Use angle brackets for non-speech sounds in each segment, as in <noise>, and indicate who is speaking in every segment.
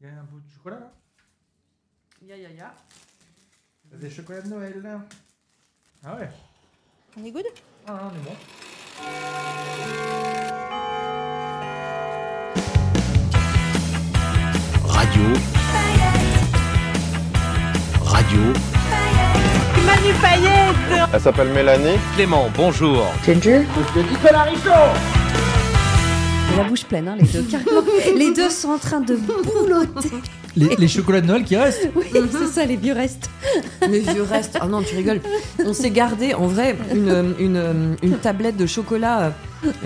Speaker 1: Il y a un bout de chocolat, là.
Speaker 2: Ya, ya, ya.
Speaker 1: C'est des chocolats de Noël, là. Ah ouais.
Speaker 2: On est good
Speaker 1: Ah, non, on est bon.
Speaker 3: Radio. Radio.
Speaker 2: Manu Payette
Speaker 4: Elle s'appelle Mélanie.
Speaker 3: Clément, bonjour.
Speaker 5: La bouche pleine, hein, les deux.
Speaker 2: <laughs>
Speaker 5: carrément. les deux sont en train de boulotter.
Speaker 1: Les, chocolats de Noël qui
Speaker 5: <laughs>
Speaker 1: restent
Speaker 5: Oui, c'est ça, les vieux restes.
Speaker 2: Les vieux restes. Ah non, tu rigoles. On s'est gardé, en vrai, une, une, une tablette de chocolat.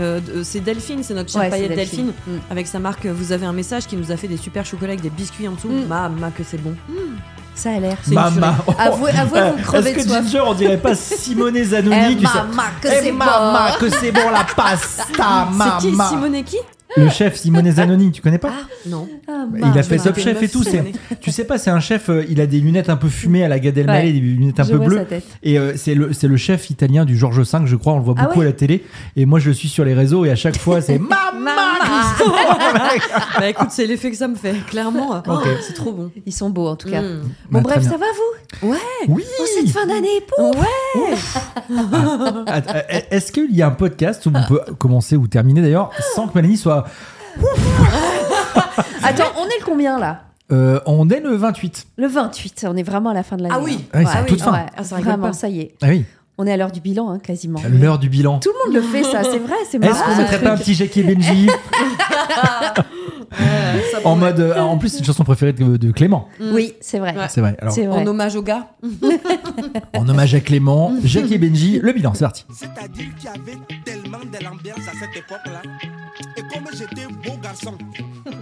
Speaker 2: euh, de- c'est Delphine, c'est notre chère
Speaker 5: Ouais, c'est
Speaker 2: paillette Delphine.
Speaker 5: Delphine.
Speaker 2: Avec sa marque, euh, vous avez un message qui nous a fait des super chocolats avec des biscuits en dessous.
Speaker 5: Mm.
Speaker 2: Ma, ma, que c'est bon.
Speaker 5: Ça a l'air.
Speaker 2: une
Speaker 1: Maman.
Speaker 5: Avouez, avouez que vous
Speaker 1: Ah,
Speaker 5: crevez
Speaker 1: Est-ce
Speaker 5: de
Speaker 1: que
Speaker 5: soif.
Speaker 1: Ginger, on dirait pas Simone Zanoni
Speaker 5: Eh,
Speaker 1: du sa-
Speaker 5: maman, que
Speaker 1: Eh,
Speaker 5: c'est
Speaker 1: maman,
Speaker 5: bon.
Speaker 1: que c'est bon la
Speaker 5: <laughs>
Speaker 1: pasta, maman.
Speaker 2: C'est qui Simone et qui
Speaker 1: Le chef Simone Zanoni, tu connais pas
Speaker 2: Non.
Speaker 5: Ah,
Speaker 1: Il
Speaker 5: maman.
Speaker 1: a fait Top Chef et tout. c'est- Tu sais pas, c'est un chef, euh, il a des lunettes un peu fumées à la Gad Elmaleh,
Speaker 5: Ouais.
Speaker 1: des lunettes un
Speaker 5: Je
Speaker 1: peu
Speaker 5: vois
Speaker 1: bleues.
Speaker 5: sa tête.
Speaker 1: Et euh, c'est le, c'est le chef italien du Georges V, je crois, on le voit
Speaker 5: Ah
Speaker 1: beaucoup
Speaker 5: ouais
Speaker 1: à la télé. Et moi, je le suis sur les réseaux et à chaque fois,
Speaker 5: <laughs>
Speaker 1: c'est Maman
Speaker 2: <laughs> Bah écoute, c'est l'effet que ça me fait, clairement. Oh, c'est trop bon.
Speaker 5: Ils sont beaux en tout cas.
Speaker 2: Mm.
Speaker 1: Bah,
Speaker 5: Bon,
Speaker 1: très
Speaker 5: bref,
Speaker 1: bien.
Speaker 5: ça va vous
Speaker 1: Oui Mm.
Speaker 5: Oh, cette fin d'année, pouf
Speaker 2: Ouais.
Speaker 1: Attends, euh, Est-ce qu'il y a un podcast où on peut commencer ou terminer d'ailleurs sans que Mélanie soit.
Speaker 5: Attends, on est le combien là
Speaker 1: Euh, on est le 28.
Speaker 5: Le 28, on est vraiment à la fin de l'année.
Speaker 2: Ah oui.
Speaker 5: hein.
Speaker 1: Ouais, c'est toute fin.
Speaker 5: ouais,
Speaker 2: Ah, ça rigole pas.
Speaker 5: vraiment, ça y est.
Speaker 1: Ah oui,
Speaker 5: On est à l'heure du bilan, hein, quasiment.
Speaker 1: l'heure du bilan.
Speaker 5: Tout le monde le fait, ça, c'est vrai, c'est marrant.
Speaker 1: Est-ce qu'on
Speaker 5: ce
Speaker 1: mettrait pas un
Speaker 5: truc.
Speaker 1: petit Jackie et
Speaker 2: <laughs>
Speaker 1: Benji en mode euh, en plus c'est une chanson préférée de, de Clément
Speaker 2: Mm.
Speaker 5: Oui, c'est vrai.
Speaker 2: Ouais.
Speaker 1: c'est vrai alors
Speaker 5: C'est vrai.
Speaker 2: En hommage au gars.
Speaker 1: en hommage à
Speaker 2: <laughs>
Speaker 1: Clément Jackie et Benji le bilan c'est parti
Speaker 6: C'est-à-dire qu'il y avait tellement de l'ambiance à cette époque-là. Et comme j'étais beau garçon,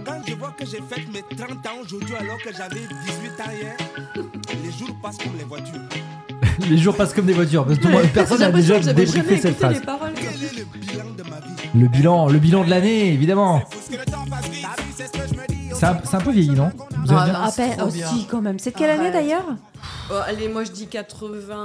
Speaker 6: quand je vois que j'ai fait mes 30 ans aujourd'hui alors que j'avais 18 ans hier, les jours passent comme les voitures.
Speaker 1: les jours passent comme des voitures parce que tout
Speaker 2: <laughs>
Speaker 1: le monde- personne
Speaker 2: J'ai
Speaker 1: n'a
Speaker 2: l'impression
Speaker 1: déjà
Speaker 2: que j'avais jamais
Speaker 1: débriefé cette
Speaker 2: écouté
Speaker 1: phrase
Speaker 2: les paroles. quoi.
Speaker 6: Quel est le bilan de ma vie
Speaker 1: le bilan le bilan de l'année évidemment
Speaker 6: Faut ce que le temps passe vite. La vie, c'est ce que je me dis.
Speaker 1: c'est un, c'est un peu vieilli non Vous avez
Speaker 5: Ah,
Speaker 1: bien-
Speaker 5: à peine,
Speaker 2: trop bien.
Speaker 5: aussi, quand même. C'est de quelle année
Speaker 2: Arrête.
Speaker 5: d'ailleurs
Speaker 2: Oh, allez, moi je dis 80.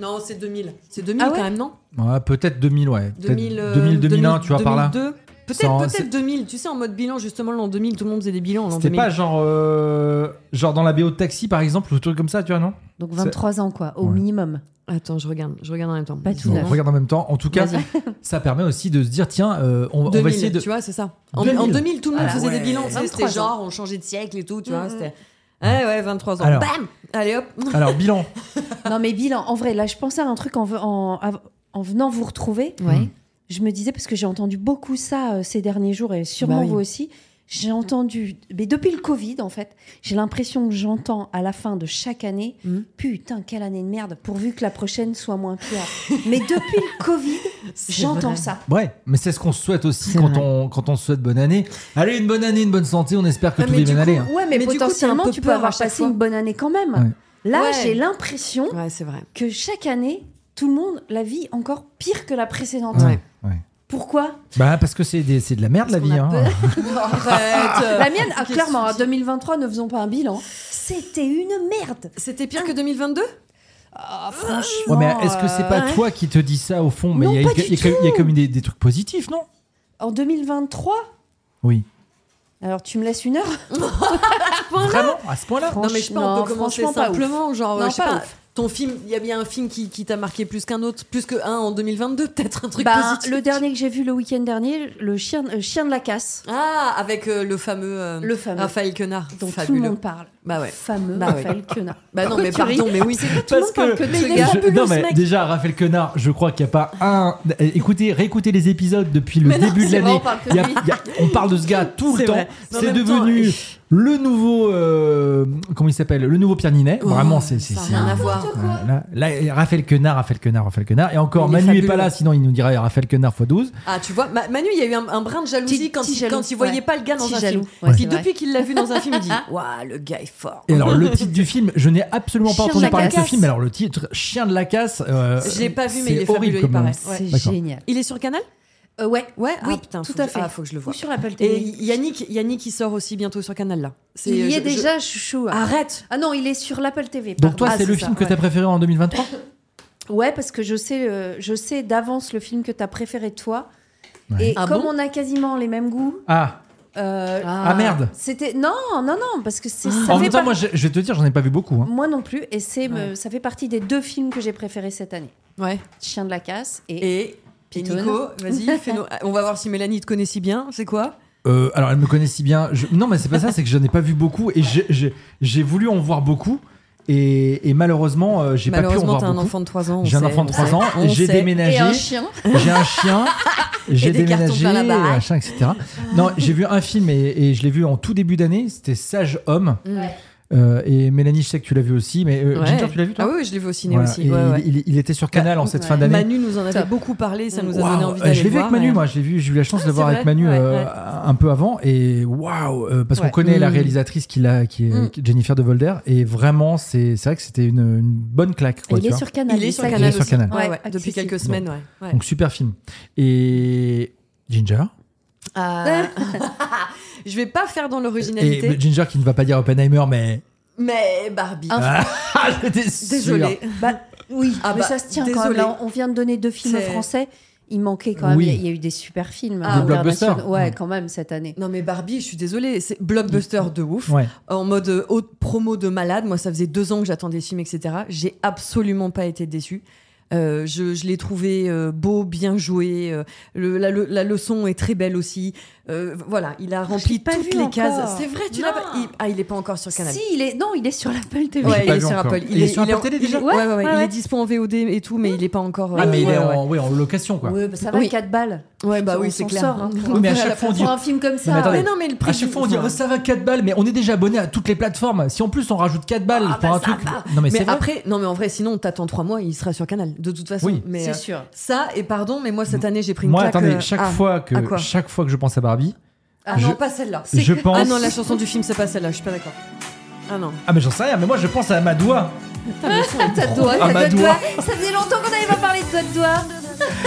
Speaker 2: Non, c'est 2000. C'est 2000
Speaker 5: Ah ouais
Speaker 2: quand même, non
Speaker 1: Ouais, peut-être 2000 ouais peut-être
Speaker 2: 2000, euh,
Speaker 1: 2000 2001 tu vois par là
Speaker 2: 2002.
Speaker 1: Sans-
Speaker 2: Peut-être
Speaker 1: c'est-
Speaker 2: peut-être 2000. Tu sais, en mode bilan, justement, l'an 2000, tout le monde faisait des bilans. l'an
Speaker 1: c'était
Speaker 2: 2000.
Speaker 1: pas genre euh, genre dans la BO de taxi par exemple ou un truc comme ça tu vois non
Speaker 5: Donc 23 ans, quoi, au
Speaker 1: Ouais.
Speaker 5: minimum.
Speaker 2: Attends, je regarde. Je regarde en même temps.
Speaker 5: Pas tout
Speaker 1: Bon,
Speaker 5: neuf.
Speaker 1: on regarde en même temps en tout cas
Speaker 2: Vas-y.
Speaker 1: <laughs> ça permet aussi de se dire tiens euh, on, on va
Speaker 2: 2000,
Speaker 1: essayer de
Speaker 2: Tu vois, c'est ça. En en
Speaker 1: 2000.
Speaker 2: 2000, tout le monde
Speaker 1: Ah
Speaker 2: faisait
Speaker 1: ouais.
Speaker 2: des bilans. tu sais,
Speaker 5: 23
Speaker 2: C'était
Speaker 5: ans. Mmh.
Speaker 2: genre, on changeait de siècle et tout, tu vois. C'était. Eh Ouais, ouais, 23 ans.
Speaker 1: Alors.
Speaker 2: Bam Allez hop
Speaker 1: alors bilan
Speaker 5: Non, mais bilan, en vrai, là, je pensais à un truc en, ve- en, av- en venant vous retrouver.
Speaker 2: Ouais.
Speaker 5: Je me disais, parce que j'ai entendu beaucoup ça euh, ces derniers jours, et sûrement
Speaker 2: Bah oui.
Speaker 5: vous aussi. J'ai entendu, mais depuis le Covid, en fait, j'ai l'impression que j'entends à la fin de chaque année,
Speaker 2: Mhm.
Speaker 5: putain, quelle année de merde, pourvu que la prochaine soit moins pire. <laughs> mais depuis le Covid, j'entends ça.
Speaker 1: Ouais, mais c'est ce qu'on se souhaite aussi
Speaker 2: C'est
Speaker 1: quand
Speaker 2: vrai.
Speaker 1: on, quand on se souhaite bonne année. Allez, une bonne année, une bonne santé, on espère que
Speaker 2: Ah,
Speaker 1: tout
Speaker 2: mais
Speaker 1: est
Speaker 2: du
Speaker 1: bien
Speaker 2: coup,
Speaker 1: allé. hein.
Speaker 5: Ouais, mais,
Speaker 2: Mais du coup,
Speaker 5: potentiellement,
Speaker 2: t'es un peu
Speaker 5: tu peux
Speaker 2: peur à
Speaker 5: avoir
Speaker 2: chaque
Speaker 5: passé
Speaker 2: fois.
Speaker 5: une bonne année quand même. Là,
Speaker 2: Ouais.
Speaker 5: j'ai l'impression
Speaker 2: Ouais, c'est vrai.
Speaker 5: que chaque année, tout le monde la vit encore pire que la précédente.
Speaker 2: Ouais.
Speaker 1: hein. Ouais.
Speaker 5: Pourquoi
Speaker 1: Bah, parce que c'est des- c'est de la merde la vie. hein.
Speaker 2: <laughs> Arrête
Speaker 5: La mienne, ah,
Speaker 2: Qu'est-ce
Speaker 5: clairement,
Speaker 2: que
Speaker 5: en
Speaker 2: tu dis
Speaker 5: 2023, ne faisons pas un bilan. C'était une merde.
Speaker 2: C'était pire que 2022
Speaker 5: Ah,
Speaker 1: Ouais,
Speaker 5: franchement.
Speaker 1: mais est-ce que c'est pas
Speaker 5: euh,
Speaker 1: toi qui te dis ça au fond Mais
Speaker 5: Non,
Speaker 1: il y a-
Speaker 5: pas
Speaker 1: il y, a-
Speaker 5: du
Speaker 1: il y a- il y a comme des, des trucs positifs, non
Speaker 5: En 2023
Speaker 1: Oui.
Speaker 5: Alors, tu me laisses une heure
Speaker 1: Vraiment À ce point-là
Speaker 2: Non, mais je sais pas, on
Speaker 5: Non,
Speaker 2: peut commencer
Speaker 5: franchement, pas
Speaker 2: simplement. Genre,
Speaker 5: Non,
Speaker 2: je sais
Speaker 5: pas
Speaker 2: pas,
Speaker 5: ouf.
Speaker 2: ton film, il y a bien un film qui, qui t'a marqué plus qu'un autre, plus que un en 2022, <laughs> peut-être un truc
Speaker 5: Bah,
Speaker 2: positif.
Speaker 5: Le dernier que j'ai vu le week-end dernier, le chien, euh, chien de la casse.
Speaker 2: Ah, avec euh, le fameux. euh,
Speaker 5: Le fameux.
Speaker 2: Raphaël Quenard.
Speaker 5: dont
Speaker 2: Fabuleux.
Speaker 5: tout le monde parle.
Speaker 2: Bah ouais.
Speaker 5: Fameux
Speaker 2: Bah ouais.
Speaker 5: Raphaël Quenard.
Speaker 2: Bah non, mais
Speaker 5: Pourquoi tu
Speaker 2: pardon,
Speaker 5: ris
Speaker 2: mais oui, c'est
Speaker 5: Tout le monde parle que de ce gars.
Speaker 1: je- non mais déjà Raphaël Connard, je crois qu'il n'y a pas un. Eh, Écoutez, réécoutez les épisodes depuis le
Speaker 5: Mais non,
Speaker 1: début de
Speaker 5: c'est vrai,
Speaker 1: l'année.
Speaker 5: on parle que
Speaker 1: Il y a-
Speaker 5: de lui.
Speaker 1: il y a- on parle de ce gars tout le
Speaker 2: C'est
Speaker 1: temps.
Speaker 2: vrai. Mais en
Speaker 1: C'est
Speaker 2: même temps,
Speaker 1: devenu
Speaker 2: euh,
Speaker 1: Le nouveau, euh, comment il s'appelle Le nouveau Pierre Ninet.
Speaker 2: Oh,
Speaker 1: Vraiment, c'est. c'est-
Speaker 2: ça a
Speaker 1: c'est-
Speaker 2: rien à voir.
Speaker 1: Voilà. Là, et Raphaël Quenard, Raphaël Quenard, Raphaël Quenard. Et encore,
Speaker 2: Il est
Speaker 1: Manu est pas
Speaker 2: fabuleux.
Speaker 1: là, sinon il nous dirait Raphaël Quenard x 12.
Speaker 2: Ah, tu vois, Ma- Manu, il y a eu un, un brin de jalousie
Speaker 5: Petit-
Speaker 2: quand,
Speaker 5: petit
Speaker 2: il,
Speaker 5: jaloux,
Speaker 2: quand il voyait
Speaker 5: ouais.
Speaker 2: pas le gars dans
Speaker 5: Petit
Speaker 2: un
Speaker 5: jaloux,
Speaker 2: film.
Speaker 5: ouais,
Speaker 2: Puis
Speaker 5: c'est vrai.
Speaker 2: depuis qu'il l'a vu dans
Speaker 5: <laughs>
Speaker 2: un film, il dit Waouh, le gars est fort.
Speaker 1: Et alors, le titre du film, je n'ai absolument pas
Speaker 5: Chien de
Speaker 1: entendu
Speaker 5: la
Speaker 1: parler de ce
Speaker 5: casse.
Speaker 1: film. mais Alors, le titre, Chien de la casse. euh,
Speaker 2: Je l'ai pas vu, mais
Speaker 1: c'est
Speaker 2: il est
Speaker 1: horrible
Speaker 2: fabuleux, il
Speaker 1: comme nom.
Speaker 2: paraît. Ouais.
Speaker 5: C'est
Speaker 1: D'accord.
Speaker 5: génial.
Speaker 2: Il est sur Canal
Speaker 5: Euh, ouais,
Speaker 2: Ouais,
Speaker 5: oui,
Speaker 2: ah, putain,
Speaker 5: tout
Speaker 2: faut
Speaker 5: à
Speaker 2: que je-
Speaker 5: fait.
Speaker 2: ah, faut que je le
Speaker 5: Ou
Speaker 2: vois.
Speaker 5: sur Apple TV.
Speaker 2: Et Yannick, Yannick, il sort aussi bientôt sur Canal là. C'est-
Speaker 5: il y
Speaker 2: je-
Speaker 5: est
Speaker 2: je-
Speaker 5: déjà, chouchou. hein.
Speaker 2: Arrête.
Speaker 5: Ah non, il est sur l'Apple TV.
Speaker 1: Donc,
Speaker 5: pardon.
Speaker 1: toi,
Speaker 5: Ah,
Speaker 1: c'est le
Speaker 5: ça,
Speaker 1: film que
Speaker 5: ouais.
Speaker 1: t'as préféré en
Speaker 2: <laughs>
Speaker 1: 2023
Speaker 5: Ouais, parce que je sais, euh, je sais d'avance le film que t'as préféré toi.
Speaker 1: Ouais.
Speaker 5: Et
Speaker 2: Ah
Speaker 5: comme
Speaker 2: bon
Speaker 5: on a quasiment les mêmes goûts,
Speaker 1: Ah,
Speaker 5: euh,
Speaker 1: ah, merde
Speaker 5: c'était non, non, non, parce que c'est
Speaker 2: Ah.
Speaker 5: ça
Speaker 1: En
Speaker 5: fait
Speaker 1: même temps,
Speaker 5: par-
Speaker 1: moi, je, je vais te dire, j'en ai pas vu beaucoup. hein.
Speaker 5: Moi non plus, et c'est me-
Speaker 2: Ouais.
Speaker 5: ça fait partie des deux films que j'ai préférés cette année.
Speaker 2: Ouais.
Speaker 5: Chien de la casse et,
Speaker 2: Et puis
Speaker 5: Pitonne.
Speaker 2: Nico, vas-y, fais-nous- on va voir si Mélanie te connaît si bien. C'est quoi
Speaker 1: Euh, alors, elle me connaît si bien. Je- Non, mais c'est pas ça, c'est que j'en ai pas vu beaucoup et j'ai- j'ai j'ai voulu en voir beaucoup. Et, et malheureusement, euh, j'ai pas pu en
Speaker 2: Malheureusement,
Speaker 1: voir
Speaker 2: t'as un
Speaker 1: beaucoup.
Speaker 2: enfant de 3 ans. on
Speaker 1: J'ai un
Speaker 2: sait,
Speaker 1: enfant de
Speaker 2: on
Speaker 1: 3
Speaker 2: sait,
Speaker 1: ans,
Speaker 2: on
Speaker 1: j'ai
Speaker 2: sait.
Speaker 5: et
Speaker 1: déménagé,
Speaker 5: un chien.
Speaker 1: j'ai un
Speaker 2: <laughs>
Speaker 1: chien, j'ai
Speaker 2: des cartons
Speaker 1: déménagé,
Speaker 2: plein la baraque.
Speaker 1: machin, etc. Non, j'ai vu un film et, et je l'ai vu en tout début d'année, c'était Sage Homme.
Speaker 2: Ouais.
Speaker 1: Euh, et Mélanie, je sais que tu l'as vu aussi, mais euh,
Speaker 2: Ouais.
Speaker 1: Ginger, tu l'as vu toi
Speaker 2: Ah oui, oui, je l'ai vu au ciné
Speaker 1: Voilà.
Speaker 2: aussi.
Speaker 1: Et
Speaker 2: ouais, ouais.
Speaker 1: Il, il- il était sur Canal en cette
Speaker 5: Ouais.
Speaker 1: fin d'année.
Speaker 2: Manu nous en avait
Speaker 5: Top.
Speaker 2: beaucoup parlé, ça nous a
Speaker 1: Waouh,
Speaker 2: donné envie
Speaker 1: euh,
Speaker 2: d'aller
Speaker 1: Je l'ai vu
Speaker 2: voir,
Speaker 1: avec Manu,
Speaker 2: et-
Speaker 1: moi. J'ai vu, j'ai eu la chance de
Speaker 2: Ah,
Speaker 1: le voir
Speaker 2: c'est
Speaker 1: avec
Speaker 2: vrai,
Speaker 1: Manu
Speaker 2: ouais,
Speaker 1: euh,
Speaker 2: ouais.
Speaker 1: un peu avant. Et waouh, euh, parce qu'on
Speaker 5: Ouais.
Speaker 1: connaît la
Speaker 2: Mm.
Speaker 1: réalisatrice qui, l'a, qui est
Speaker 2: Mm.
Speaker 1: Jennifer De Volder. Et vraiment, c'est, c'est vrai que c'était une, une bonne claque. quoi,
Speaker 5: il
Speaker 1: tu
Speaker 5: est
Speaker 1: vois.
Speaker 5: sur Canal.
Speaker 2: Il est sur
Speaker 5: s'aggrave.
Speaker 1: Il est
Speaker 2: Canal
Speaker 1: sur
Speaker 2: aussi.
Speaker 1: Canal.
Speaker 2: Ouais,
Speaker 5: Ouais,
Speaker 2: ouais, depuis
Speaker 5: accessible.
Speaker 2: quelques semaines, ouais. ouais.
Speaker 1: Donc super film. Et Ginger.
Speaker 2: Ah. <laughs> je vais pas faire dans l'originalité,
Speaker 1: Et Ginger qui ne va pas dire Oppenheimer, mais. <laughs>
Speaker 2: mais Barbie.
Speaker 5: Un-
Speaker 1: Ah, j'étais sûr.
Speaker 2: Désolée.
Speaker 5: Bah, oui,
Speaker 2: Ah
Speaker 5: mais
Speaker 2: bah,
Speaker 5: ça se tient quand même.
Speaker 2: désolé.
Speaker 5: Là, on vient de donner deux films
Speaker 2: C'est-
Speaker 5: français. Il manquait quand même.
Speaker 1: Oui.
Speaker 5: Il y a- il y a eu des super films.
Speaker 2: Ah,
Speaker 5: euh,
Speaker 1: Des blockbusters.
Speaker 5: internationaux. Ouais,
Speaker 1: Mm.
Speaker 5: quand même cette année.
Speaker 2: Non mais Barbie, je suis désolée, c'est blockbuster de ouf.
Speaker 1: Ouais.
Speaker 2: En mode euh, haute promo de malade, moi ça faisait deux ans que j'attendais ce film, etc. J'ai absolument pas été déçue. Euh, je je l'ai trouvé euh, beau, bien joué. euh, le- la, le- la leçon est très belle aussi. Euh, voilà, il a rempli
Speaker 5: pas
Speaker 2: toutes
Speaker 5: vu
Speaker 2: les
Speaker 5: encore.
Speaker 2: cases. C'est vrai, tu l'as
Speaker 5: Non.
Speaker 2: pas. il- Ah, il est pas encore sur Canal.
Speaker 5: Si, il est non, il est sur l'Apple TV.
Speaker 1: Ouais,
Speaker 2: il
Speaker 1: pas
Speaker 2: est
Speaker 1: vu
Speaker 2: sur
Speaker 1: encore.
Speaker 2: Apple.
Speaker 1: Il est sur
Speaker 2: il
Speaker 1: Apple TV, déjà
Speaker 2: il est- ouais, ouais, ouais,
Speaker 5: Ouais,
Speaker 2: Il
Speaker 5: ouais.
Speaker 2: est dispo en VOD et tout, mais il est pas encore.
Speaker 1: Ah,
Speaker 2: euh,
Speaker 1: mais il est
Speaker 2: ouais, ouais.
Speaker 1: en, ouais, en location, quoi.
Speaker 5: Ouais, bah, ça va,
Speaker 2: Oui.
Speaker 5: 4 balles.
Speaker 2: Ouais, bah
Speaker 5: On
Speaker 2: oui, c'est
Speaker 5: s'en
Speaker 2: clair.
Speaker 5: sort, hein.
Speaker 1: Oui, mais à chaque fois, on dit-
Speaker 5: Pour un film comme ça.
Speaker 1: mais attendez.
Speaker 2: Mais non, mais le prix
Speaker 1: À chaque
Speaker 2: du-
Speaker 1: fois, on dit
Speaker 2: enfin,
Speaker 1: oh, ça va 4 balles, mais on est déjà abonné à toutes les plateformes. Si en plus on rajoute 4 balles
Speaker 2: Ah,
Speaker 1: pour
Speaker 2: bah,
Speaker 1: un
Speaker 2: ça
Speaker 1: truc.
Speaker 2: va.
Speaker 1: Non, mais,
Speaker 2: Mais
Speaker 1: c'est vrai.
Speaker 2: après, non, mais en vrai, sinon, t'attends trois mois, il sera sur Canal, de toute façon.
Speaker 1: Oui.
Speaker 2: mais,
Speaker 5: C'est
Speaker 2: euh,
Speaker 5: sûr.
Speaker 2: Ça, et pardon, mais moi, cette année, j'ai pris une
Speaker 1: Moi,
Speaker 2: claque.
Speaker 1: attendez,
Speaker 2: euh,
Speaker 1: chaque,
Speaker 2: ah,
Speaker 1: fois que,
Speaker 2: à quoi
Speaker 1: chaque fois que je pense à Barbie,
Speaker 2: Ah non,
Speaker 1: je-
Speaker 2: pas celle-là.
Speaker 5: C'est
Speaker 1: je
Speaker 5: que-
Speaker 1: pense.
Speaker 2: Ah non, la chanson du film, c'est pas celle-là, je suis pas d'accord. Ah non.
Speaker 1: Ah, mais j'en sais rien, mais moi je pense à Madoua.
Speaker 5: Ta doigt,
Speaker 1: Ah,
Speaker 5: ta
Speaker 1: ma
Speaker 5: doigt de
Speaker 1: doigt.
Speaker 5: doigt. Ça faisait longtemps qu'on n'avait pas parlé de doigt de doigt.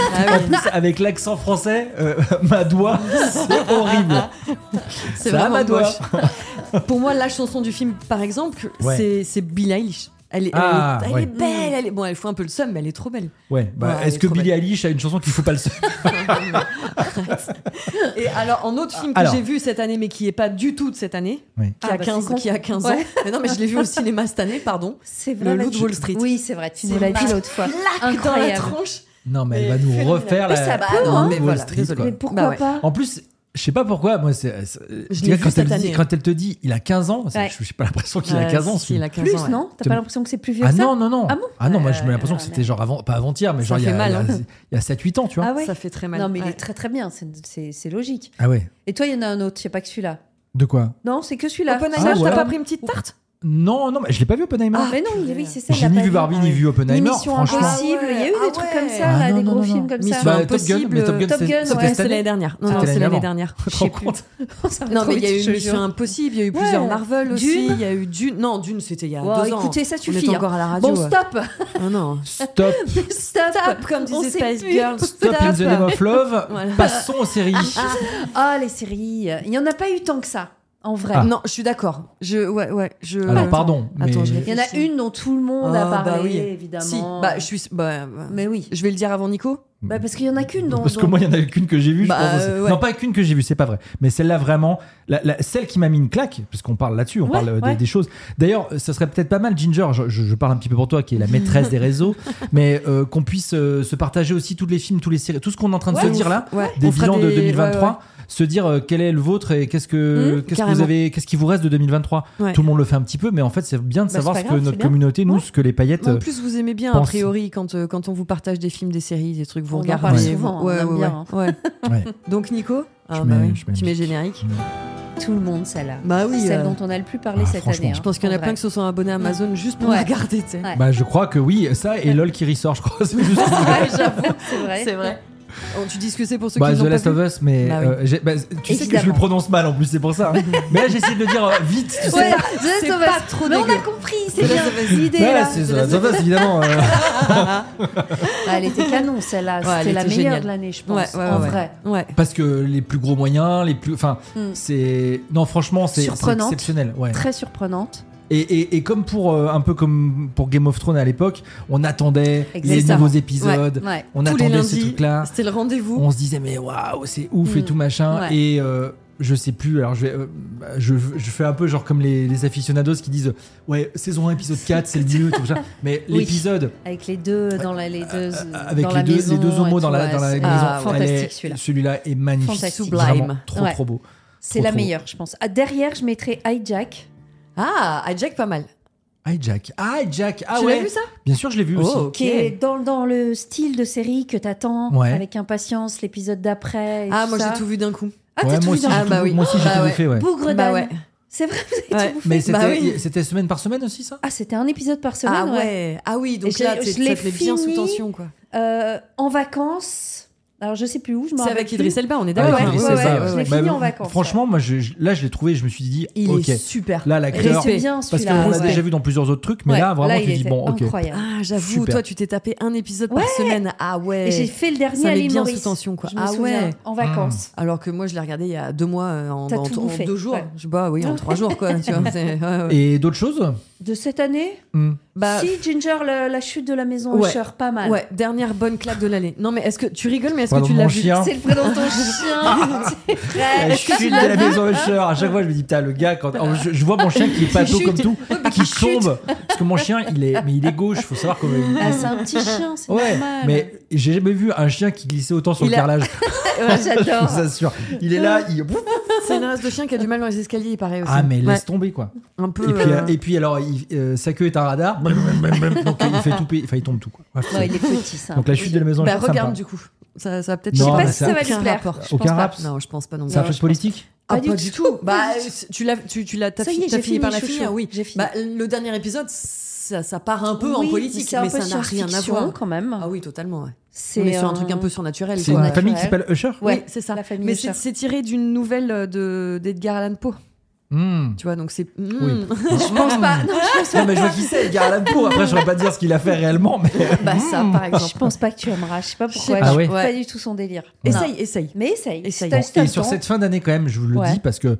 Speaker 2: Ah
Speaker 1: En
Speaker 2: oui,
Speaker 1: plus, avec l'accent français, euh, <laughs> Madoua, c'est horrible.
Speaker 2: <laughs> c'est
Speaker 1: Ça,
Speaker 2: vraiment
Speaker 1: Madoua.
Speaker 2: moche. Pour moi, la chanson du film, par exemple,
Speaker 1: Ouais.
Speaker 2: c'est- c'est Billie Eilish. Elle est, elle est-
Speaker 1: Ah,
Speaker 2: elle est,
Speaker 1: ouais.
Speaker 2: belle, elle est, bon, elle fout un peu le seum, mais elle est trop belle.
Speaker 1: Ouais, bah,
Speaker 2: Ouais, elle
Speaker 1: est-ce
Speaker 2: est
Speaker 1: que
Speaker 2: trop
Speaker 1: Billie
Speaker 2: belle.
Speaker 1: Eilish a une chanson qu'il faut pas
Speaker 2: <laughs>
Speaker 1: le seul
Speaker 2: Et alors, en autre film que
Speaker 1: Alors.
Speaker 2: j'ai vu cette année, mais qui est pas du tout de cette année,
Speaker 1: Oui.
Speaker 2: qui,
Speaker 5: Ah,
Speaker 2: a
Speaker 5: bah,
Speaker 2: 15,
Speaker 5: c'est con.
Speaker 2: qui a 15 ans,
Speaker 5: Ouais.
Speaker 2: mais non, mais je l'ai vu au cinéma cette année, pardon. <laughs>
Speaker 5: C'est
Speaker 2: Le
Speaker 5: vrai.
Speaker 2: loup
Speaker 5: bah,
Speaker 2: de
Speaker 5: tu-
Speaker 2: Wall Street.
Speaker 5: Oui, c'est vrai. Tu nous
Speaker 2: C'est
Speaker 5: l'as
Speaker 2: ma
Speaker 5: dit l'autre fois.
Speaker 2: Claque dans la
Speaker 5: Incroyable.
Speaker 2: tronche.
Speaker 1: <laughs> Non, mais elle va
Speaker 2: Mais
Speaker 1: nous
Speaker 2: phénoménal.
Speaker 1: refaire
Speaker 5: Mais
Speaker 1: la.
Speaker 5: ça va,
Speaker 1: la
Speaker 5: non,
Speaker 1: Wall
Speaker 2: mais voilà,
Speaker 1: Street,
Speaker 2: désolé.
Speaker 1: quoi.
Speaker 5: Mais pourquoi
Speaker 2: Bah ouais.
Speaker 5: pas
Speaker 1: En plus, je sais pas pourquoi, moi, c'est. c'est- tu
Speaker 2: l'ai
Speaker 1: vois,
Speaker 2: vu
Speaker 1: quand,
Speaker 2: cette
Speaker 1: elle dit-
Speaker 2: année.
Speaker 1: quand elle te dit il a 15 ans, c'est-
Speaker 5: Ouais.
Speaker 1: je n'ai pas l'impression qu'il a
Speaker 2: Ouais,
Speaker 1: 15 ans. ce
Speaker 2: Euh, si,
Speaker 1: film.
Speaker 2: il a 15
Speaker 5: Plus,
Speaker 2: ans, ouais.
Speaker 5: non T'as
Speaker 1: Te-
Speaker 5: pas l'impression que c'est plus vieux
Speaker 1: Ah
Speaker 5: que ça
Speaker 1: non, non, non.
Speaker 5: Ah bon
Speaker 1: ah non, moi, j'ai
Speaker 5: Euh,
Speaker 1: l'impression que
Speaker 5: ah,
Speaker 1: c'était
Speaker 5: merde.
Speaker 1: genre avant, pas avant-hier, mais
Speaker 2: Ça
Speaker 1: genre il y, a,
Speaker 2: fait mal, hein.
Speaker 1: il y a- il y a 7-8 ans, tu vois.
Speaker 5: Ah ouais
Speaker 2: Ça fait très mal.
Speaker 5: Non, mais il
Speaker 2: Ouais.
Speaker 5: est très très bien, c'est- c'est c'est logique.
Speaker 1: Ah ouais.
Speaker 5: Et toi, il y en a un autre, je sais pas que celui-là.
Speaker 1: De quoi
Speaker 5: Non, c'est que celui-là.
Speaker 2: Oppenheimer,
Speaker 1: Ah,
Speaker 2: t'as
Speaker 1: ouais.
Speaker 2: pas pris une petite tarte
Speaker 1: Non, non, mais je l'ai pas vu Oppenheimer.
Speaker 5: Ah, mais non, il- oui, c'est ça. il
Speaker 1: J'ai
Speaker 5: l'a
Speaker 1: ni
Speaker 5: pas
Speaker 1: vu Barbie, ni vu Oppenheimer.
Speaker 5: Mission
Speaker 1: franchement.
Speaker 5: Impossible, il y a eu
Speaker 2: Ah ouais.
Speaker 5: des trucs comme ça,
Speaker 1: Ah
Speaker 5: là,
Speaker 1: non,
Speaker 5: des
Speaker 1: non,
Speaker 5: gros
Speaker 1: non, non.
Speaker 5: films comme
Speaker 2: Mission
Speaker 5: ça.
Speaker 1: Bah, Top
Speaker 2: Impossible,
Speaker 1: Gun, mais Top Gun,
Speaker 5: Top
Speaker 1: c'est-
Speaker 5: Gun,
Speaker 1: c'était
Speaker 5: ouais.
Speaker 1: cette
Speaker 2: C'est
Speaker 1: année.
Speaker 2: l'année dernière.
Speaker 1: C'était
Speaker 2: Non, non,
Speaker 1: l'année
Speaker 2: c'est l'année
Speaker 1: avant. <laughs>
Speaker 2: dernière.
Speaker 1: Tu te
Speaker 2: Je
Speaker 1: rends
Speaker 2: sais plus.
Speaker 1: compte
Speaker 5: Ça va Ah,
Speaker 2: Non,
Speaker 5: trop
Speaker 2: mais il y a
Speaker 5: vite, je
Speaker 2: eu
Speaker 5: te
Speaker 2: Mission
Speaker 5: jure.
Speaker 2: Impossible, il y a eu
Speaker 5: Ouais.
Speaker 2: plusieurs Marvel aussi,
Speaker 5: Dune.
Speaker 2: il y a eu Dune. Non, Dune, c'était il y a
Speaker 5: Wow,
Speaker 2: deux ans.
Speaker 5: écoutez, ça
Speaker 2: On
Speaker 5: suffit,
Speaker 2: est
Speaker 5: hein.
Speaker 2: encore à la radio.
Speaker 5: Bon, stop <laughs>
Speaker 2: Ah non.
Speaker 1: Stop,
Speaker 5: Stop
Speaker 2: <laughs> Stop, comme
Speaker 5: On
Speaker 2: disait
Speaker 5: sait
Speaker 2: Spice
Speaker 5: plus.
Speaker 2: Girls.
Speaker 1: stop in the name of love.
Speaker 2: Voilà.
Speaker 1: Passons aux séries.
Speaker 5: Ah, les séries Il n'y en a pas eu tant que ça, en vrai.
Speaker 1: Ah.
Speaker 2: Non, je suis d'accord. Je, ouais, ouais, je.
Speaker 1: Alors, Ah pardon,
Speaker 2: ah. Attends,
Speaker 1: mais-
Speaker 2: je
Speaker 5: Il y en a
Speaker 2: réfléchis.
Speaker 5: une dont tout le monde a
Speaker 2: Ah, bah
Speaker 5: parlé,
Speaker 2: oui.
Speaker 5: évidemment.
Speaker 2: Si, bah, je suis. Bah, bah,
Speaker 5: Mais oui.
Speaker 2: Je vais le dire avant Nico.
Speaker 5: Bah, parce qu'il n'y en a qu'une dont...
Speaker 1: Parce que
Speaker 5: dont-
Speaker 1: moi, il y en a eu qu'une que j'ai vue. je
Speaker 2: Bah,
Speaker 1: pense aussi.
Speaker 2: euh, ouais.
Speaker 1: Non, pas qu'une que j'ai vue, c'est pas vrai. Mais celle-là, vraiment, la- la- celle qui m'a mis une claque, parce qu'on parle là-dessus, on
Speaker 5: Ouais,
Speaker 1: parle euh, des,
Speaker 5: ouais.
Speaker 1: des choses. D'ailleurs, euh, ça serait peut-être pas mal, Ginger, je, je- je parle un petit peu pour toi, qui est la maîtresse des réseaux, mais euh, qu'on puisse euh, se partager aussi tous les films, tous les séries, tout ce qu'on est en train de
Speaker 2: Ouais,
Speaker 1: se dire là,
Speaker 2: Ouais.
Speaker 1: des
Speaker 2: On fera
Speaker 1: bilans de
Speaker 2: des-
Speaker 1: 2023.
Speaker 2: ouais, ouais.
Speaker 1: Se dire euh, quel est le vôtre et qu'est-ce que,
Speaker 2: Mhm,
Speaker 1: qu'est-ce que vous
Speaker 2: carrément.
Speaker 1: avez, qu'est-ce qui vous reste de 2023.
Speaker 2: Ouais.
Speaker 1: Tout le monde le fait un petit peu, mais en fait, c'est bien de
Speaker 5: Bah,
Speaker 1: savoir
Speaker 5: c'est
Speaker 1: ce
Speaker 5: pas
Speaker 1: que
Speaker 5: grave,
Speaker 1: notre
Speaker 5: c'est bien.
Speaker 1: communauté, nous,
Speaker 5: Ouais.
Speaker 1: ce que les paillettes.
Speaker 2: En
Speaker 1: euh,
Speaker 2: plus, vous aimez bien, a
Speaker 1: pense.
Speaker 2: priori, quand, euh, quand on vous partage des films, des séries, des trucs, vous
Speaker 5: On en
Speaker 2: regardez.
Speaker 5: parle
Speaker 2: et
Speaker 5: souvent,
Speaker 2: vous-
Speaker 5: on
Speaker 2: ouais,
Speaker 5: aime
Speaker 2: ouais,
Speaker 5: bien, hein.
Speaker 2: ouais. Ouais.
Speaker 1: euh, ouais.
Speaker 2: Donc, Nico, ah,
Speaker 1: mets-
Speaker 2: bah ouais,
Speaker 1: je mets-
Speaker 2: tu mets générique.
Speaker 5: tout le monde, celle-là.
Speaker 2: Bah oui,
Speaker 5: Celle
Speaker 2: euh,
Speaker 5: dont on a le plus parlé
Speaker 1: ah,
Speaker 5: cette
Speaker 1: franchement,
Speaker 5: année.
Speaker 1: je
Speaker 5: hein,
Speaker 2: Je pense qu'il y en a plein
Speaker 5: vrai.
Speaker 2: qui se sont abonnés à Amazon juste pour
Speaker 5: Ouais.
Speaker 2: regarder, tu sais.
Speaker 5: Ouais.
Speaker 1: Bah, je crois que oui, ça et LOL qui ressort, je crois.
Speaker 2: <laughs>
Speaker 1: C'est juste.
Speaker 5: <laughs> Ouais, j'avoue, c'est vrai.
Speaker 2: C'est vrai. Oh, tu dis ce que c'est pour ceux
Speaker 1: Bah,
Speaker 2: qui
Speaker 1: The
Speaker 2: l'ont pas
Speaker 1: Last
Speaker 2: vu.
Speaker 1: of Us, mais
Speaker 2: Bah oui.
Speaker 1: euh, j'ai- bah, tu sais que je le
Speaker 5: Évidemment.
Speaker 1: prononce mal en plus, c'est pour ça. hein.
Speaker 2: <laughs>
Speaker 1: mais là, j'essaie de le dire euh, vite, tu sais.
Speaker 5: Ouais, The Last
Speaker 2: c'est
Speaker 5: of Us.
Speaker 2: pas trop
Speaker 5: Mais on a
Speaker 2: dégueu.
Speaker 5: compris,
Speaker 2: The
Speaker 5: c'est bien.
Speaker 2: Last of Us.
Speaker 5: L'idée,
Speaker 1: Ouais,
Speaker 5: là.
Speaker 1: c'est The Last of Us, évidemment. euh. <laughs>
Speaker 5: Ah, elle était canon, celle-là.
Speaker 2: Ouais,
Speaker 5: C'était
Speaker 2: elle
Speaker 5: la
Speaker 2: était
Speaker 5: meilleure
Speaker 2: géniale.
Speaker 5: de l'année, je
Speaker 2: Ouais,
Speaker 5: pense.
Speaker 2: ouais,
Speaker 5: en
Speaker 2: ouais.
Speaker 5: vrai.
Speaker 2: Ouais.
Speaker 1: Parce que les plus gros moyens, les plus. Enfin,
Speaker 2: Mmh.
Speaker 5: Mm.
Speaker 1: c'est. Non, franchement, c'est c'est
Speaker 5: Surprenante.
Speaker 1: exceptionnel. Ouais.
Speaker 5: Très surprenante.
Speaker 1: Et, et- et comme pour. euh, un peu comme pour Game of Thrones à l'époque, on attendait les
Speaker 5: Exactement.
Speaker 1: nouveaux épisodes,
Speaker 5: Ouais.
Speaker 1: on
Speaker 2: Tous les
Speaker 1: attendait ces
Speaker 2: lundis,
Speaker 1: trucs-là.
Speaker 2: c'était le rendez-vous.
Speaker 1: On se disait, mais waouh, c'est ouf et
Speaker 5: Mm.
Speaker 1: tout machin.
Speaker 5: Ouais.
Speaker 1: Et. euh, je sais plus, alors je, vais, euh, bah, je, je fais un peu genre comme les, les aficionados qui disent Ouais, saison 1, épisode 4, c'est le mieux, tout
Speaker 5: <laughs>
Speaker 1: ça. Mais
Speaker 5: Oui.
Speaker 1: l'épisode
Speaker 5: Avec les deux dans la, les deux,
Speaker 1: Euh,
Speaker 5: euh,
Speaker 1: avec
Speaker 5: dans
Speaker 1: les,
Speaker 5: la
Speaker 1: deux,
Speaker 5: maison
Speaker 1: les deux homos
Speaker 5: et
Speaker 1: dans
Speaker 5: tout,
Speaker 1: la,
Speaker 5: ouais,
Speaker 1: dans la
Speaker 5: c'est-
Speaker 1: maison,
Speaker 5: Ah,
Speaker 1: elle est-
Speaker 5: fantastique celui-là.
Speaker 1: celui-là est magnifique.
Speaker 5: Fantastique.
Speaker 1: vraiment
Speaker 2: Sublime.
Speaker 1: Trop,
Speaker 5: Ouais.
Speaker 1: trop beau.
Speaker 5: C'est la
Speaker 1: trop.
Speaker 5: meilleure, je pense. Ah, derrière, je mettrais Hijack.
Speaker 2: Ah, à Jack, pas mal.
Speaker 1: Hi Jack. Ah, Jack. Ah
Speaker 2: tu
Speaker 1: ouais.
Speaker 2: l'as vu ça
Speaker 1: Bien sûr, je l'ai vu
Speaker 2: Oh,
Speaker 1: aussi.
Speaker 2: ok.
Speaker 5: qui est dans, dans le style de série que t'attends
Speaker 1: Ouais.
Speaker 5: avec impatience l'épisode d'après. et
Speaker 2: Ah, moi
Speaker 5: ça.
Speaker 2: j'ai tout vu d'un coup.
Speaker 5: Ah,
Speaker 1: Ouais,
Speaker 5: t'as tout
Speaker 1: moi
Speaker 5: vu
Speaker 1: aussi,
Speaker 5: dans
Speaker 1: j'ai
Speaker 2: Ah,
Speaker 1: tout
Speaker 2: bah
Speaker 1: bou-
Speaker 2: oui.
Speaker 1: moi aussi, j'ai
Speaker 2: Bah
Speaker 1: tout
Speaker 2: ouais.
Speaker 1: bouffé, ouais.
Speaker 5: Bougre
Speaker 2: Bah
Speaker 5: d'âne.
Speaker 2: ouais.
Speaker 5: C'est vrai, vous avez
Speaker 2: Ouais.
Speaker 5: tout bouffé.
Speaker 1: Mais c'était
Speaker 2: Bah oui.
Speaker 1: c'était semaine par semaine aussi, ça
Speaker 5: Ah, c'était un épisode par semaine.
Speaker 2: Ah
Speaker 5: ouais.
Speaker 2: ouais. Ah oui,
Speaker 5: Et
Speaker 2: donc
Speaker 5: je
Speaker 2: là,
Speaker 5: l'ai-
Speaker 2: t'es-
Speaker 5: je l'ai
Speaker 2: ça te met bien sous
Speaker 5: fini.
Speaker 2: tension, quoi.
Speaker 5: Euh, en vacances. Alors, je sais plus où, je m'en
Speaker 2: C'est
Speaker 5: rappelle
Speaker 2: avec
Speaker 5: plus.
Speaker 2: Idriss Elba, on est
Speaker 1: Avec
Speaker 2: d'accord.
Speaker 1: Idriss
Speaker 5: Ah ouais,
Speaker 1: Elba,
Speaker 5: ouais, je l'ai
Speaker 1: Bah,
Speaker 5: fini
Speaker 1: bah,
Speaker 5: en vacances,
Speaker 1: Franchement, moi, je- je- là, je l'ai trouvé, je me suis dit,
Speaker 2: Il
Speaker 1: ok,
Speaker 2: est super.
Speaker 1: là, l'acteur.
Speaker 5: Reste
Speaker 2: Respect.
Speaker 5: bien
Speaker 1: Parce qu'on
Speaker 5: celui-là.
Speaker 1: l'a
Speaker 5: ouais.
Speaker 1: déjà vu dans plusieurs autres trucs, mais
Speaker 5: Ouais,
Speaker 1: là, vraiment,
Speaker 5: là,
Speaker 1: tu
Speaker 5: il
Speaker 1: dis,
Speaker 5: était
Speaker 1: bon, ok.
Speaker 5: incroyable.
Speaker 2: Ah, j'avoue,
Speaker 1: Super.
Speaker 2: toi, tu t'es tapé un épisode
Speaker 5: Ouais.
Speaker 2: par semaine. Ah
Speaker 5: Et
Speaker 2: ouais.
Speaker 5: j'ai fait le dernier
Speaker 2: Ça
Speaker 5: à
Speaker 2: met
Speaker 5: l'île
Speaker 2: bien
Speaker 5: Maurice.
Speaker 2: sous tension, quoi.
Speaker 5: Je me
Speaker 2: Ah
Speaker 5: souviens,
Speaker 2: ouais.
Speaker 5: En
Speaker 1: Ah.
Speaker 5: vacances.
Speaker 2: Alors que moi, je l'ai regardé il y a deux mois, euh, en,
Speaker 5: T'as
Speaker 2: en-
Speaker 5: tout
Speaker 2: en
Speaker 5: bouffé,
Speaker 2: deux jours.
Speaker 5: ouais.
Speaker 2: Je sais pas, oui, en trois jours, quoi. Tu vois, c'est- ouais, ouais.
Speaker 1: Et d'autres choses
Speaker 5: De cette année
Speaker 1: Hmm.
Speaker 2: Bah,
Speaker 5: Si, Ginger, la, la chute de la maison
Speaker 2: Ouais.
Speaker 5: Usher, pas mal.
Speaker 2: ouais, dernière bonne claque de l'année. Non, mais est-ce que tu rigoles, mais est-ce que
Speaker 1: Pardon,
Speaker 2: tu
Speaker 1: mon
Speaker 2: l'as vu
Speaker 1: chien. <laughs>
Speaker 5: C'est le prénom de ton chien.
Speaker 1: Ah.
Speaker 5: <laughs> C'est vrai.
Speaker 1: La chute de la maison Usher. À chaque fois, je me dis, putain, le gars,
Speaker 5: <laughs>
Speaker 1: quand alors, je, je vois mon chien qui est pas
Speaker 2: Qui
Speaker 1: tôt
Speaker 2: chute.
Speaker 1: comme tout,
Speaker 5: Oh,
Speaker 2: Ouais,
Speaker 5: bah,
Speaker 2: mais
Speaker 1: qui
Speaker 2: qui chute.
Speaker 1: tombe. Parce que mon chien, il est, mais il est gauche. Faut savoir comment.
Speaker 5: Ah, c'est un petit chien, c'est
Speaker 1: Ouais,
Speaker 5: normal.
Speaker 1: mais j'ai jamais vu un chien qui glissait autant sur
Speaker 2: Il
Speaker 1: le
Speaker 2: a-
Speaker 1: carrelage.
Speaker 5: <laughs> Ouais,
Speaker 1: Je
Speaker 5: J'adore. <laughs>
Speaker 1: vous assure. Il est là, il.
Speaker 5: Ah.
Speaker 2: C'est une race de chien qui a du mal dans les escaliers, il paraît aussi.
Speaker 1: Ah, mais
Speaker 2: Ouais,
Speaker 1: laisse tomber, quoi.
Speaker 2: un peu.
Speaker 1: Et puis,
Speaker 2: euh,
Speaker 1: euh, et puis alors, il- euh, sa queue est un radar. Donc, il fait tout payer. Enfin, il tombe tout, quoi. Bref,
Speaker 5: Non,
Speaker 1: c'est-
Speaker 5: il est petit, ça.
Speaker 1: Donc, la chute de la maison
Speaker 2: bah,
Speaker 1: Usher, ça me
Speaker 2: regarde
Speaker 1: parle.
Speaker 2: du coup. Ça, ça va peut-être.
Speaker 1: Je sais
Speaker 2: pas
Speaker 1: pas
Speaker 2: mais
Speaker 1: si ça
Speaker 5: va lui
Speaker 2: aucun
Speaker 5: plaire.
Speaker 2: rapport.
Speaker 5: Je
Speaker 1: Aucun
Speaker 5: pense pas.
Speaker 1: rap.
Speaker 2: Non, je pense pas non plus.
Speaker 1: C'est un truc
Speaker 5: je pense.
Speaker 1: politique
Speaker 2: Ah,
Speaker 5: Pas
Speaker 2: pas,
Speaker 5: du
Speaker 2: du
Speaker 5: tout,
Speaker 2: tout.
Speaker 5: pas
Speaker 2: Bah,
Speaker 5: du
Speaker 2: tu l'as, tu, tu l'as, t'as,
Speaker 5: Ça y est,
Speaker 2: fi- t'as
Speaker 5: j'ai
Speaker 2: fini
Speaker 5: fini
Speaker 2: par
Speaker 5: mes
Speaker 2: la
Speaker 5: chouchous.
Speaker 2: finir, oui.
Speaker 5: J'ai fini.
Speaker 2: Bah, le dernier épisode, ça, ça part un peu
Speaker 5: Oui,
Speaker 2: en politique,
Speaker 5: c'est
Speaker 2: mais,
Speaker 5: un peu
Speaker 2: ça n'a rien à
Speaker 5: science-fiction,
Speaker 2: voir.
Speaker 5: quand même.
Speaker 2: Ah oui, totalement. Ouais.
Speaker 5: C'est
Speaker 2: On est sur un
Speaker 5: euh,
Speaker 2: truc un peu surnaturel.
Speaker 1: C'est
Speaker 2: quoi.
Speaker 1: une famille qui
Speaker 5: naturel.
Speaker 1: s'appelle Usher
Speaker 2: Oui,
Speaker 5: Ouais,
Speaker 2: c'est ça.
Speaker 5: la famille
Speaker 2: Mais
Speaker 5: Usher.
Speaker 2: c'est, c'est tiré d'une nouvelle euh, de, d'Edgar Allan Poe.
Speaker 1: Hmm.
Speaker 2: Tu vois, donc c'est.
Speaker 1: Oui.
Speaker 2: Mm.
Speaker 1: Je pense pas. Non, mais je vois qui c'est, Edgar Allan Poe. Après, je saurais pas dire ce qu'il a fait réellement, mais. Hmm.
Speaker 2: Bah, ça, par exemple.
Speaker 5: Je pense pas que tu aimeras. Je sais pas pourquoi.
Speaker 1: pas.
Speaker 5: je
Speaker 1: Ah ouais.
Speaker 5: suis pas
Speaker 2: Ouais.
Speaker 5: du tout son délire.
Speaker 2: Essaye, essaye.
Speaker 5: Mais essaye.
Speaker 2: Essaye.
Speaker 5: Si t'as-
Speaker 1: Bon,
Speaker 5: si t'as
Speaker 1: et
Speaker 5: le
Speaker 1: sur
Speaker 5: temps.
Speaker 1: cette fin d'année, quand même, je vous le
Speaker 5: Ouais.
Speaker 1: dis parce que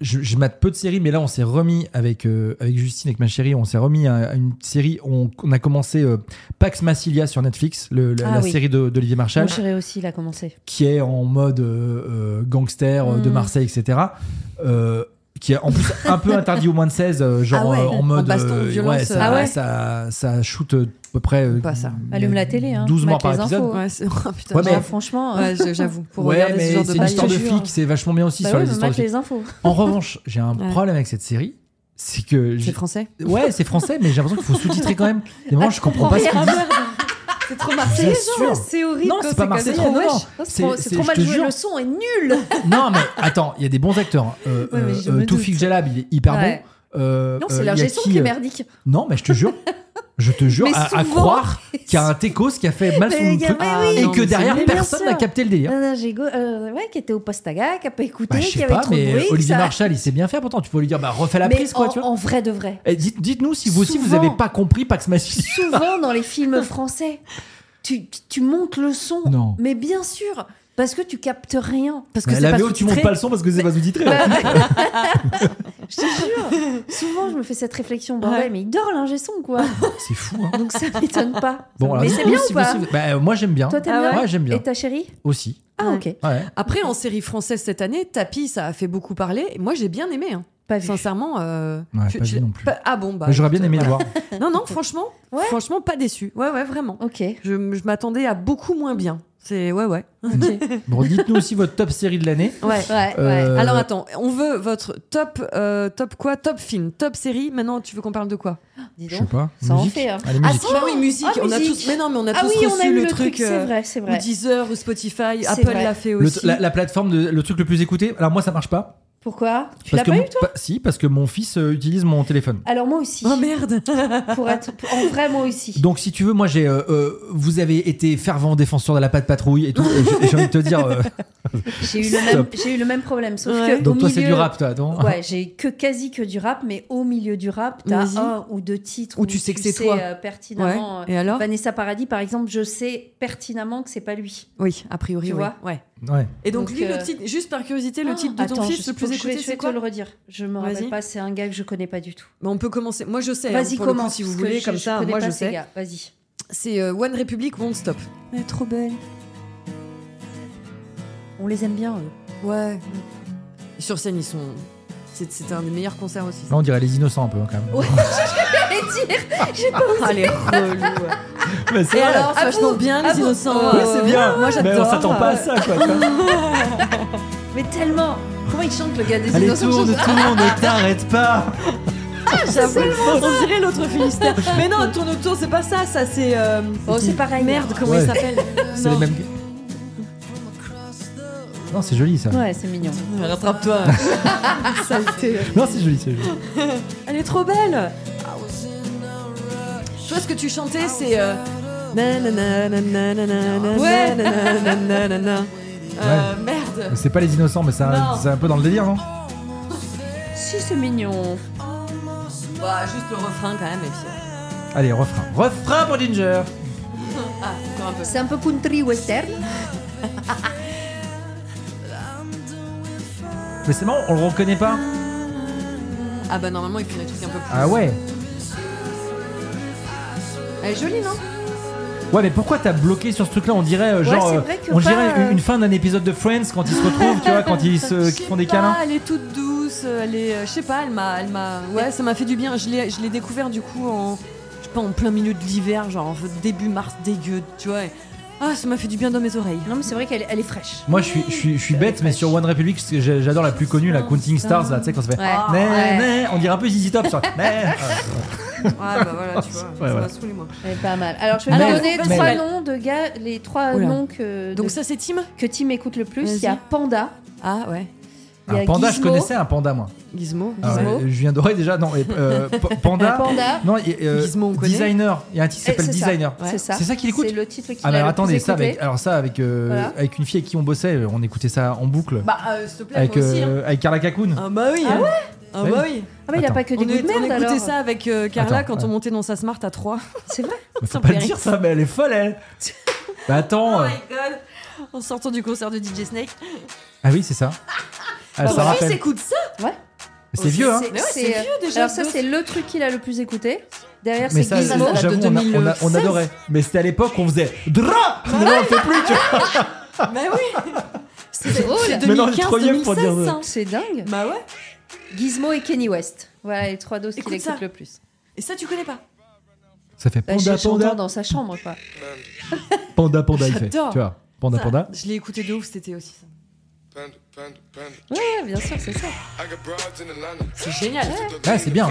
Speaker 1: je, je mate peu de séries, mais là, on s'est remis avec, euh, avec Justine, avec ma chérie, on s'est remis à, à une série. On, on a commencé euh, Pax Massilia sur Netflix, le- la,
Speaker 5: Ah
Speaker 1: la
Speaker 5: oui.
Speaker 1: série de- d'Olivier
Speaker 5: Mon
Speaker 1: Marchal,
Speaker 5: chéri aussi, il a commencé.
Speaker 1: qui est en mode euh, euh, gangster euh, de
Speaker 5: Mm.
Speaker 1: Marseille, etc. Euh, qui est en plus un peu interdit au moins de 16, euh, genre
Speaker 2: Ah ouais,
Speaker 1: euh, en
Speaker 2: en
Speaker 1: mode.
Speaker 2: baston,
Speaker 1: euh,
Speaker 2: violence,
Speaker 1: ouais, ça,
Speaker 5: ah ouais.
Speaker 1: ça, ça shoot euh, à peu près. euh,
Speaker 2: Pas ça.
Speaker 5: Allume la télé, hein.
Speaker 1: 12 morts
Speaker 5: Mate
Speaker 1: par
Speaker 5: les
Speaker 1: épisode.
Speaker 5: infos.
Speaker 2: Ouais, c'est... <laughs> oh, putain, hein,
Speaker 1: Ouais, mais-
Speaker 5: Ah, Franchement, euh,
Speaker 2: Ouais, je- j'avoue. Pour
Speaker 1: ouais,
Speaker 2: regarder
Speaker 1: mais
Speaker 2: ce genre
Speaker 1: c'est
Speaker 2: de
Speaker 1: une
Speaker 2: bail,
Speaker 1: histoire
Speaker 2: je
Speaker 1: de
Speaker 2: jure.
Speaker 1: flic, c'est vachement bien aussi
Speaker 5: bah
Speaker 1: sur
Speaker 5: oui,
Speaker 1: les
Speaker 5: mais
Speaker 1: histoires de
Speaker 5: mate
Speaker 1: flics. <laughs>
Speaker 5: les infos.
Speaker 1: En revanche, j'ai un
Speaker 2: Ouais.
Speaker 1: problème avec cette série, c'est que j'ai-
Speaker 2: C'est français.
Speaker 1: <laughs> ouais, c'est français, mais j'ai l'impression qu'il faut sous-titrer quand même. Des moments, je comprends pas
Speaker 5: <laughs>
Speaker 1: ce qu'ils disent.
Speaker 5: Oh, C'est trop
Speaker 1: marseillais, Je vous genre. assure.
Speaker 5: C'est horrible.
Speaker 1: Non, c'est pas marseillais,
Speaker 5: C'est trop,
Speaker 1: non, non.
Speaker 5: moche.
Speaker 1: C'est-
Speaker 5: C'est trop-
Speaker 1: c'est-
Speaker 5: c'est
Speaker 1: je
Speaker 5: trop mal
Speaker 1: te
Speaker 5: joué.
Speaker 1: jure.
Speaker 5: Le son est nul.
Speaker 1: Non, mais attends, il y a des bons acteurs. hein. Euh,
Speaker 5: Ouais, mais
Speaker 1: euh,
Speaker 5: je me
Speaker 1: euh, Toufik
Speaker 5: doute.
Speaker 1: Jalab, il est hyper
Speaker 5: Ouais.
Speaker 1: bon. Euh, euh,
Speaker 5: Non, c'est
Speaker 1: il y a
Speaker 5: leur gestion qui
Speaker 1: euh,
Speaker 5: est merdique.
Speaker 1: Non, mais je te jure, je te jure,
Speaker 5: Mais
Speaker 1: à, à
Speaker 5: souvent-
Speaker 1: croire qu'il y a un Técos qui a fait mal
Speaker 5: Mais
Speaker 1: son
Speaker 5: il y a-
Speaker 1: truc
Speaker 2: Ah,
Speaker 1: et
Speaker 2: non,
Speaker 1: que
Speaker 2: mais c'est
Speaker 1: derrière
Speaker 5: bien
Speaker 1: personne
Speaker 5: sûr.
Speaker 1: n'a capté le délire.
Speaker 5: Non, non, j'ai go- euh, ouais, qui était au Postaga, qui a pas écouté,
Speaker 1: Bah, je
Speaker 5: qui
Speaker 1: sais
Speaker 5: avait
Speaker 1: pas,
Speaker 5: trop de
Speaker 1: mais
Speaker 5: bruit.
Speaker 1: Olivier
Speaker 5: ça-
Speaker 1: Marchal, il sait bien faire pourtant. Tu peux lui dire, bah refais la
Speaker 5: Mais
Speaker 1: prise, quoi,
Speaker 5: en,
Speaker 1: tu vois.
Speaker 5: en vrai de vrai.
Speaker 1: Et dites- Dites-nous si vous aussi vous
Speaker 5: Souvent.
Speaker 1: avez pas compris Pax Massilia.
Speaker 5: Souvent dans
Speaker 1: <laughs>
Speaker 5: les films français, tu, tu- tu montes le son.
Speaker 1: Non.
Speaker 5: Mais bien sûr, parce que tu captes rien.
Speaker 2: Parce que
Speaker 1: Ouais,
Speaker 2: c'est
Speaker 1: La
Speaker 2: pas
Speaker 1: VO, tu montes
Speaker 2: sous-titré.
Speaker 1: pas le son parce que c'est pas sous-titré.
Speaker 5: Je te jure. Souvent, je me fais cette réflexion. Bah ouais,
Speaker 2: Ouais.
Speaker 5: mais il dort l'ingé son, quoi.
Speaker 1: C'est fou, hein.
Speaker 5: Donc ça <laughs> m'étonne pas.
Speaker 1: Bon, alors,
Speaker 5: mais c'est
Speaker 1: dites-nous
Speaker 5: bien
Speaker 1: si
Speaker 5: ou pas
Speaker 1: possible. Bah, euh, moi, j'aime bien.
Speaker 5: Toi, t'aimes
Speaker 2: Ah
Speaker 5: bien
Speaker 1: ouais, j'aime bien.
Speaker 5: Et ta chérie
Speaker 1: Aussi.
Speaker 5: Ah,
Speaker 2: Ouais.
Speaker 5: ok.
Speaker 1: Ouais.
Speaker 2: Après, en série française cette année, Tapi, ça a fait beaucoup parler. Et Moi, j'ai bien aimé. hein.
Speaker 5: Pas vu.
Speaker 2: Sincèrement. euh,
Speaker 1: Ouais, pas vu non plus.
Speaker 2: pas- Ah bon, bah.
Speaker 1: Mais J'aurais bien
Speaker 2: écoute,
Speaker 1: aimé
Speaker 2: euh,
Speaker 1: le voir.
Speaker 2: voilà. Non, non, franchement,
Speaker 5: Ouais.
Speaker 2: franchement, pas déçu. Ouais, ouais, vraiment.
Speaker 5: Ok.
Speaker 2: Je, m- je m'attendais à beaucoup moins bien. C'est ouais, ouais.
Speaker 1: Bon, dites-nous aussi votre top série de l'année.
Speaker 2: Ouais.
Speaker 5: Ouais, ouais.
Speaker 1: Euh,
Speaker 2: Alors attends, on veut votre top, euh, top quoi, top film, top série. Maintenant, tu veux qu'on parle de quoi
Speaker 5: Dis
Speaker 1: Je
Speaker 5: donc.
Speaker 1: sais pas.
Speaker 5: Ça en
Speaker 1: Musique.
Speaker 5: fait, hein.
Speaker 1: Allez,
Speaker 2: Ah
Speaker 1: musique.
Speaker 2: si, bah oui, musique.
Speaker 5: Ah,
Speaker 2: on a
Speaker 5: musique.
Speaker 2: tous, mais non, mais on a
Speaker 5: Ah
Speaker 2: tous
Speaker 5: oui, on
Speaker 2: reçu
Speaker 5: a eu
Speaker 2: le,
Speaker 5: le
Speaker 2: truc,
Speaker 5: truc, c'est
Speaker 2: euh,
Speaker 5: vrai, c'est
Speaker 2: ou
Speaker 5: vrai.
Speaker 2: Deezer, ou Spotify,
Speaker 5: C'est
Speaker 2: Apple
Speaker 5: vrai.
Speaker 2: l'a fait
Speaker 1: Le-
Speaker 2: aussi.
Speaker 1: la, la plateforme, de, le truc le plus écouté. Alors moi, ça marche pas.
Speaker 5: Pourquoi Tu
Speaker 1: Parce
Speaker 5: l'as
Speaker 1: que
Speaker 5: pas
Speaker 1: mon-
Speaker 5: eu
Speaker 1: pa- Si, parce que mon fils euh, utilise mon téléphone.
Speaker 5: Alors moi aussi. <laughs>
Speaker 2: Oh merde
Speaker 5: pour être pour- en vrai moi aussi.
Speaker 1: Donc si tu veux, moi j'ai, euh, euh, vous avez été fervent défenseur de la patte patrouille et tout. et j'ai- j'ai envie de te dire.
Speaker 5: <laughs>
Speaker 1: euh,
Speaker 5: J'ai eu le même j'ai eu le même problème sauf
Speaker 2: Ouais.
Speaker 5: que au
Speaker 1: donc toi c'est
Speaker 5: milieu-
Speaker 1: du rap, toi, non
Speaker 5: Ouais, j'ai que quasi que du rap, mais au milieu du rap, t'as
Speaker 2: Vas-y.
Speaker 5: un ou deux titres
Speaker 2: Où tu sais que c'est toi.
Speaker 5: euh, pertinemment. euh,
Speaker 2: Ouais. Et alors
Speaker 5: Vanessa Paradis, par exemple, je sais pertinemment que c'est pas lui.
Speaker 2: Oui, a priori,
Speaker 5: Tu
Speaker 2: oui.
Speaker 5: vois
Speaker 2: ouais.
Speaker 1: Ouais.
Speaker 2: Et donc,
Speaker 5: Donc,
Speaker 2: lui,
Speaker 5: euh,
Speaker 2: le titre, juste par curiosité,
Speaker 5: Ah,
Speaker 2: le titre de
Speaker 5: attends,
Speaker 2: ton
Speaker 5: je-
Speaker 2: fils le
Speaker 5: faut que
Speaker 2: plus
Speaker 5: je vais-
Speaker 2: écouté,
Speaker 5: je vais
Speaker 2: c'est
Speaker 5: te
Speaker 2: quoi
Speaker 5: le redire. Je me
Speaker 2: Vas-y.
Speaker 5: rappelle pas, c'est un gars que je connais pas du tout.
Speaker 2: Bah, On peut commencer. Moi, je sais. hein,
Speaker 5: Vas-y,
Speaker 2: pour le coup,
Speaker 5: commence.
Speaker 2: Si vous
Speaker 5: parce que
Speaker 2: voulez,
Speaker 5: je-
Speaker 2: comme ça,
Speaker 5: connais
Speaker 2: moi,
Speaker 5: pas
Speaker 2: je
Speaker 5: ces
Speaker 2: sais.
Speaker 5: gars. Vas-y.
Speaker 2: C'est euh, One Republic, One Stop.
Speaker 5: Elle est trop belle. On les aime bien, <laughs> eux.
Speaker 2: Ouais. Sur scène, ils sont. c'est- C'était un des meilleurs concerts aussi.
Speaker 1: Là on dirait les innocents un peu hein, quand même.
Speaker 5: Ouais, j'allais dire. J'ai pas
Speaker 2: Ah, les relous. ouais.
Speaker 1: <laughs> Mais c'est
Speaker 2: Et
Speaker 1: vrai.
Speaker 2: alors,
Speaker 5: À
Speaker 2: ça
Speaker 5: vous,
Speaker 2: chante bien,
Speaker 5: à
Speaker 2: les
Speaker 5: vous.
Speaker 2: innocents.
Speaker 5: Ouais,
Speaker 2: euh,
Speaker 1: c'est bien.
Speaker 2: Moi, j'adore. Euh,
Speaker 1: Mais on s'attend pas à ça quoi. tu
Speaker 5: euh,
Speaker 1: vois.
Speaker 5: Mais tellement. Comment il chante, le gars des
Speaker 1: Allez
Speaker 5: <laughs> innocents
Speaker 1: tourne, tourne, ne t'arrête
Speaker 5: <laughs>
Speaker 1: pas.
Speaker 2: J'avoue, on dirait l'autre Finistère. Mais non, tourne autour, c'est pas ça. Ça, c'est. euh,
Speaker 5: Oh, c'est pareil.
Speaker 2: Merde, comment
Speaker 1: Ouais.
Speaker 2: il s'appelle
Speaker 1: C'est les mêmes. Non c'est joli ça.
Speaker 5: Ouais, c'est mignon.
Speaker 2: <laughs> Rattrape-toi. Saleté.
Speaker 1: Non c'est joli, c'est joli.
Speaker 2: Elle est trop belle. Toi, ce que tu chantais, c'est. euh, nanana, nanana, nanana,
Speaker 5: Ouais.
Speaker 2: nanana, nanana. Euh, Merde.
Speaker 1: Mais C'est pas les innocents, mais c'est un,
Speaker 2: Non.
Speaker 1: c'est un peu dans le délire non
Speaker 5: Si, c'est mignon.
Speaker 2: Bah, juste le refrain quand même, et puis.
Speaker 1: Allez refrain, refrain pour Ginger.
Speaker 2: euh, Ah, encore un peu.
Speaker 5: C'est un peu country western.
Speaker 1: Mais c'est marrant, on le reconnaît pas.
Speaker 2: Ah, bah, normalement, il fait des trucs un peu plus.
Speaker 1: Ah ouais.
Speaker 2: Elle est jolie, non
Speaker 1: Ouais, mais pourquoi t'as bloqué sur ce truc-là On dirait euh, genre,
Speaker 5: c'est
Speaker 1: euh,
Speaker 5: vrai que
Speaker 1: on
Speaker 5: pas,
Speaker 1: dirait une-
Speaker 5: euh,
Speaker 1: une fin d'un épisode de Friends quand ils se retrouvent, tu vois, quand ils se
Speaker 5: <laughs>
Speaker 2: Je
Speaker 1: qu'ils
Speaker 2: sais
Speaker 1: font des
Speaker 2: pas,
Speaker 1: câlins.
Speaker 2: Elle est toute douce, elle est. euh, Je sais pas, elle m'a. elle m'a- Ouais, ça m'a fait du bien. Je l'ai je l'ai découvert du coup en. Je sais pas, en plein milieu de l'hiver, genre en fait, début mars dégueu, tu vois. et- Ah, ça m'a fait du bien dans
Speaker 1: <laughs>
Speaker 2: mes oreilles.
Speaker 5: Non, mais c'est vrai qu'elle elle est fraîche.
Speaker 1: Moi, je suis, je suis, je suis bête, mais sur One Republic, parce que j'ai- j'adore la plus connue, la Counting Stars, là, tu sais, quand ça fait.
Speaker 5: Ouais.
Speaker 1: Né,
Speaker 5: Ouais.
Speaker 1: né, on dirait un peu Zizi Top,
Speaker 5: <laughs>
Speaker 1: ça. Né.
Speaker 2: Ah bah voilà, tu vois, ça
Speaker 1: voilà.
Speaker 2: m'a saoulé moi.
Speaker 5: Elle est pas mal. Alors, je vais
Speaker 1: Mais-
Speaker 5: vous donner
Speaker 1: mais-
Speaker 5: trois
Speaker 1: mais-
Speaker 5: noms de gars, les trois
Speaker 2: Oula.
Speaker 5: noms que,
Speaker 2: Donc
Speaker 5: de-
Speaker 2: ça c'est Tim
Speaker 5: que Tim écoute le plus.
Speaker 2: Vas-y.
Speaker 5: Il y a Panda,
Speaker 2: Ah ouais.
Speaker 5: il y a
Speaker 1: Un panda, je
Speaker 5: Gizmo.
Speaker 1: connaissais un panda, moi.
Speaker 2: Gizmo.
Speaker 1: Ah ouais,
Speaker 2: Gizmo.
Speaker 1: euh, Julien Doré, déjà, non. et,
Speaker 5: <laughs>
Speaker 1: euh, p- panda.
Speaker 5: Panda,
Speaker 1: Non, et, euh,
Speaker 2: Gizmo, on connaît.
Speaker 1: Designer. Il y a un titre qui
Speaker 5: Eh,
Speaker 1: s'appelle
Speaker 5: c'est ça.
Speaker 1: Designer.
Speaker 2: Ouais.
Speaker 5: c'est ça.
Speaker 1: C'est ça qu'il écoute
Speaker 5: C'est le titre qu'il
Speaker 1: Ah,
Speaker 5: a
Speaker 1: mais
Speaker 5: le plus
Speaker 1: attendez, ça,
Speaker 5: écouté.
Speaker 1: avec, alors ça, avec, euh,
Speaker 5: Voilà.
Speaker 1: avec une fille avec qui on bossait, euh, on écoutait ça en boucle.
Speaker 2: Bah euh, s'il te plaît,
Speaker 1: avec,
Speaker 2: moi aussi. hein.
Speaker 1: euh, avec Carla Cacoun.
Speaker 2: Ah bah oui.
Speaker 5: Ah
Speaker 2: hein. Ah
Speaker 1: Ouais.
Speaker 2: bah oui.
Speaker 5: Ah, mais il a
Speaker 1: Attends.
Speaker 5: pas que des
Speaker 2: On,
Speaker 5: goûts
Speaker 2: est,
Speaker 5: de
Speaker 2: on
Speaker 5: merde
Speaker 2: écoutait
Speaker 5: alors.
Speaker 2: ça avec euh, Carla
Speaker 1: Attends,
Speaker 2: quand
Speaker 1: ouais.
Speaker 2: on montait dans sa Smart à 3.
Speaker 5: C'est vrai.
Speaker 1: Mais faut
Speaker 2: Ça
Speaker 1: pas
Speaker 2: me fait
Speaker 1: dire
Speaker 2: rire.
Speaker 1: ça, mais elle est folle, elle.
Speaker 2: <laughs>
Speaker 1: bah
Speaker 2: Ah
Speaker 1: attends. euh,
Speaker 2: god. En sortant du concert de DJ Snake.
Speaker 1: Ah oui, c'est ça. Ah,
Speaker 2: Ton
Speaker 1: ça
Speaker 2: fils
Speaker 1: rappelle.
Speaker 2: écoute ça
Speaker 1: C'est vieux, hein.
Speaker 5: C'est-
Speaker 2: Mais ouais, c'est
Speaker 5: euh,
Speaker 2: vieux déjà.
Speaker 5: Alors ça,
Speaker 2: D'autres-
Speaker 5: c'est le truc qu'il a le plus écouté. Derrière,
Speaker 1: Mais
Speaker 5: c'est
Speaker 1: ça,
Speaker 5: Gizmo.
Speaker 2: date de
Speaker 1: j'avoue, on, a- on a- on
Speaker 2: 2016.
Speaker 1: adorait. Mais c'était à l'époque qu'on faisait DRA Mais non, on le fait plus, tu vois.
Speaker 2: <laughs> Mais Bah oui.
Speaker 5: C'est drôle.
Speaker 2: C'est
Speaker 1: Mais non, je suis
Speaker 2: 2015,
Speaker 1: trop vieux pour dire
Speaker 2: 2016,
Speaker 1: ça.
Speaker 2: hein.
Speaker 5: C'est dingue.
Speaker 2: Bah ouais.
Speaker 5: Gizmo et Kenny West. Voilà les trois doses qu'il
Speaker 2: Écoute
Speaker 5: écoute
Speaker 2: ça.
Speaker 5: le plus.
Speaker 2: Et ça tu connais pas
Speaker 1: Ça fait
Speaker 5: Bah,
Speaker 1: panda,
Speaker 5: chez le chanteur
Speaker 1: panda,
Speaker 5: dans sa chambre, quoi.
Speaker 1: panda, panda,
Speaker 2: <laughs>
Speaker 1: il fait. Tu
Speaker 2: J'adore.
Speaker 1: vois, panda,
Speaker 2: Ça,
Speaker 1: panda.
Speaker 2: Je l'ai écouté de ouf cet été aussi. ça.
Speaker 4: Panda, panda, panda.
Speaker 5: Ouais, ouais, bien sûr, c'est ça.
Speaker 4: I got broads in Atlanta.
Speaker 2: C'est génial.
Speaker 1: Ouais, c'est bien.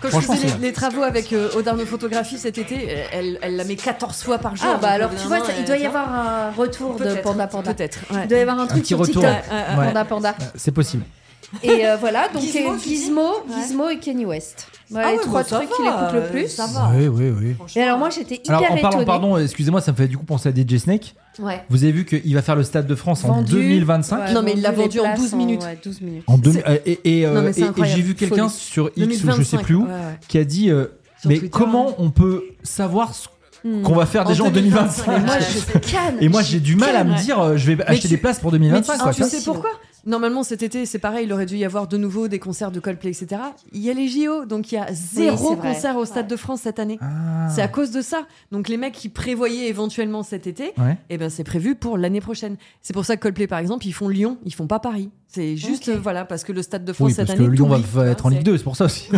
Speaker 2: Quand je
Speaker 1: Franchement,
Speaker 2: faisais
Speaker 1: c'est
Speaker 2: les, les travaux avec euh, Audarno Photographie cet été, euh, elle, elle la met 14 fois par jour.
Speaker 5: Ah
Speaker 2: donc, euh,
Speaker 5: bah
Speaker 2: au
Speaker 5: alors
Speaker 2: bout
Speaker 5: tu
Speaker 2: d'un
Speaker 5: vois,
Speaker 2: moment,
Speaker 5: ça- il
Speaker 2: elle-
Speaker 5: doit y
Speaker 2: tu vois.
Speaker 5: avoir un retour de
Speaker 2: Peut-être,
Speaker 5: Panda Panda.
Speaker 2: Peut-être. ouais.
Speaker 5: Il doit y avoir un truc
Speaker 1: petit
Speaker 5: sur
Speaker 1: retour.
Speaker 5: TikTok.
Speaker 2: Ouais, ouais, ouais.
Speaker 1: Ouais.
Speaker 5: Panda Panda.
Speaker 1: Euh, C'est possible.
Speaker 5: Et euh, voilà, donc
Speaker 2: Gizmo,
Speaker 5: euh,
Speaker 2: tu dis
Speaker 5: Gizmo,
Speaker 2: Ouais.
Speaker 5: Gizmo et Kenny West. Voilà
Speaker 2: Ah
Speaker 5: les
Speaker 2: ouais,
Speaker 5: trois
Speaker 2: bah, ça
Speaker 5: trucs
Speaker 2: va,
Speaker 5: qu'il écoute le
Speaker 2: euh,
Speaker 5: plus.
Speaker 2: Ça va.
Speaker 1: oui, oui.
Speaker 5: Et alors moi j'étais hyper
Speaker 1: Alors, en parlant,
Speaker 5: étonnée.
Speaker 1: pardon, euh, excusez-moi, ça me fait du coup penser à DJ Snake.
Speaker 5: Ouais.
Speaker 1: Vous avez vu qu'il va faire le Stade de France en
Speaker 5: Vendu.
Speaker 1: 2025.
Speaker 5: Ouais,
Speaker 2: Non, mais il l'a vendu en
Speaker 5: les places
Speaker 2: 12 minutes.
Speaker 5: ouais, 12 minutes.
Speaker 1: En deux- euh, et et, euh,
Speaker 2: Non, mais c'est
Speaker 1: et- et
Speaker 2: incroyable.
Speaker 1: j'ai vu quelqu'un
Speaker 2: Folie.
Speaker 1: sur X ou je sais plus où
Speaker 2: Ouais, ouais.
Speaker 1: qui a dit euh,
Speaker 2: Sur
Speaker 1: Mais
Speaker 2: Twitter,
Speaker 1: comment
Speaker 2: ouais.
Speaker 1: on peut savoir ce qu'on va faire Ah, déjà en 2025
Speaker 2: Mais moi,
Speaker 5: Je
Speaker 1: <laughs>
Speaker 2: je-
Speaker 5: canne.
Speaker 1: Et moi, j'ai du mal à me
Speaker 2: Ouais.
Speaker 1: dire, euh, je vais acheter
Speaker 2: tu-
Speaker 1: des places pour
Speaker 2: Mais tu,
Speaker 1: 2025. quoi,
Speaker 2: tu
Speaker 1: tu vois.
Speaker 2: sais pourquoi Normalement, cet été, c'est pareil, il aurait dû y avoir de nouveau des concerts de Coldplay, etc. Il y a les JO, donc il y a zéro
Speaker 5: c'est vrai.
Speaker 2: concert au Stade de France cette année.
Speaker 1: Ah.
Speaker 2: C'est à cause de ça. Donc les mecs qui prévoyaient éventuellement cet été,
Speaker 1: Ah, Ouais.
Speaker 2: eh ben c'est prévu pour l'année prochaine. C'est pour ça que Coldplay, par exemple, ils font Lyon, ils font pas Paris. C'est juste euh, voilà parce que le Stade de France
Speaker 1: Oui,
Speaker 2: cette
Speaker 1: parce que
Speaker 2: année. hein,
Speaker 1: Lyon va
Speaker 2: t'oublies.
Speaker 1: va être en Ligue 2, c'est pour ça
Speaker 2: <laughs>
Speaker 1: aussi.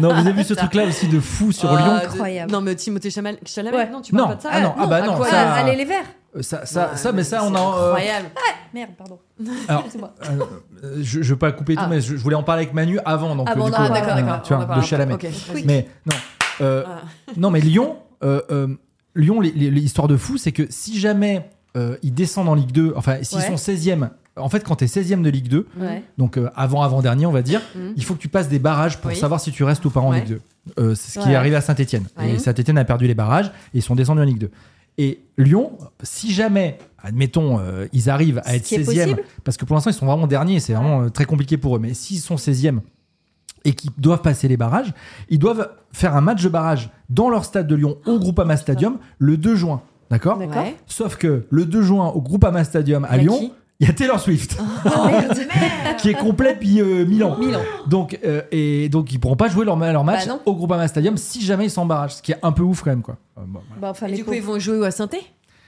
Speaker 1: non, vous avez vu ce truc-là aussi de fou sur
Speaker 2: Oh,
Speaker 1: Lyon
Speaker 2: de-
Speaker 5: Incroyable.
Speaker 2: Non mais Timothée Chamel, Chalamet,
Speaker 5: Ouais.
Speaker 2: non tu parles
Speaker 1: Non.
Speaker 2: pas de ça.
Speaker 1: Ah non, ah bah
Speaker 2: à
Speaker 1: non,
Speaker 2: quoi-
Speaker 1: ça-
Speaker 5: Ah, allez les verts.
Speaker 1: Euh, Ça, ça,
Speaker 2: Ouais,
Speaker 1: ça, mais ça, on
Speaker 2: c'est
Speaker 1: a. euh,
Speaker 2: incroyable.
Speaker 5: Ah, Merde, pardon.
Speaker 1: alors,
Speaker 5: Excuse-moi.
Speaker 1: euh, euh, je, je veux pas couper tout,
Speaker 2: Ah.
Speaker 1: mais je, je voulais en parler avec Manu avant. Donc,
Speaker 5: Ah
Speaker 1: euh,
Speaker 5: bon,
Speaker 1: du
Speaker 5: non,
Speaker 1: coup,
Speaker 5: ah,
Speaker 1: euh,
Speaker 5: d'accord, d'accord,
Speaker 1: tu vois, de Chalamet.
Speaker 2: Ok.
Speaker 5: Oui.
Speaker 1: Mais non, euh,
Speaker 2: Ah.
Speaker 1: non, mais Lyon, euh, euh, Lyon, les- les- l'histoire de fou, c'est que si jamais euh, ils descendent en Ligue 2, enfin, s'ils
Speaker 5: Ouais.
Speaker 1: sont 16e en fait, quand t'es 16e de Ligue 2,
Speaker 5: Ouais.
Speaker 1: donc euh, avant avant-dernier, on va dire,
Speaker 2: Mhm.
Speaker 1: il faut que tu passes des barrages pour
Speaker 2: Oui.
Speaker 1: savoir si tu restes ou pas en
Speaker 2: Ouais.
Speaker 1: Ligue 2. Euh, c'est ce qui
Speaker 5: Ouais.
Speaker 1: est arrivé à Saint-Etienne.
Speaker 2: Ouais.
Speaker 1: Et Saint-Etienne a perdu les barrages et ils sont descendus en Ligue 2. Et Lyon, si jamais, admettons, euh, ils arrivent à
Speaker 5: Ce
Speaker 1: être
Speaker 5: qui est
Speaker 1: 16e,
Speaker 5: possible.
Speaker 1: parce que pour l'instant, ils sont vraiment derniers, c'est vraiment euh, très compliqué pour eux, mais s'ils sont 16e et qu'ils doivent passer les barrages, ils doivent faire un match de barrage dans leur stade de Lyon au Groupama Stadium le 2 juin. D'accord
Speaker 5: D'accord.
Speaker 2: Ouais.
Speaker 1: Sauf que le 2 juin au Groupama Stadium à
Speaker 2: Y a
Speaker 1: Lyon,
Speaker 2: qui
Speaker 1: il y a Taylor Swift qui est complet depuis euh, Milan.
Speaker 2: Milan.
Speaker 1: Donc euh, et donc ils pourront pas jouer leur, ma- leur match
Speaker 2: Bah non.
Speaker 1: au Groupama Stadium si jamais ils s'embarrassent, ce qui est un peu ouf quand même quoi. Euh, bon, voilà.
Speaker 5: Bah, enfin,
Speaker 2: Et
Speaker 5: les
Speaker 2: du coup,
Speaker 5: pauvres.
Speaker 2: ils vont jouer à saint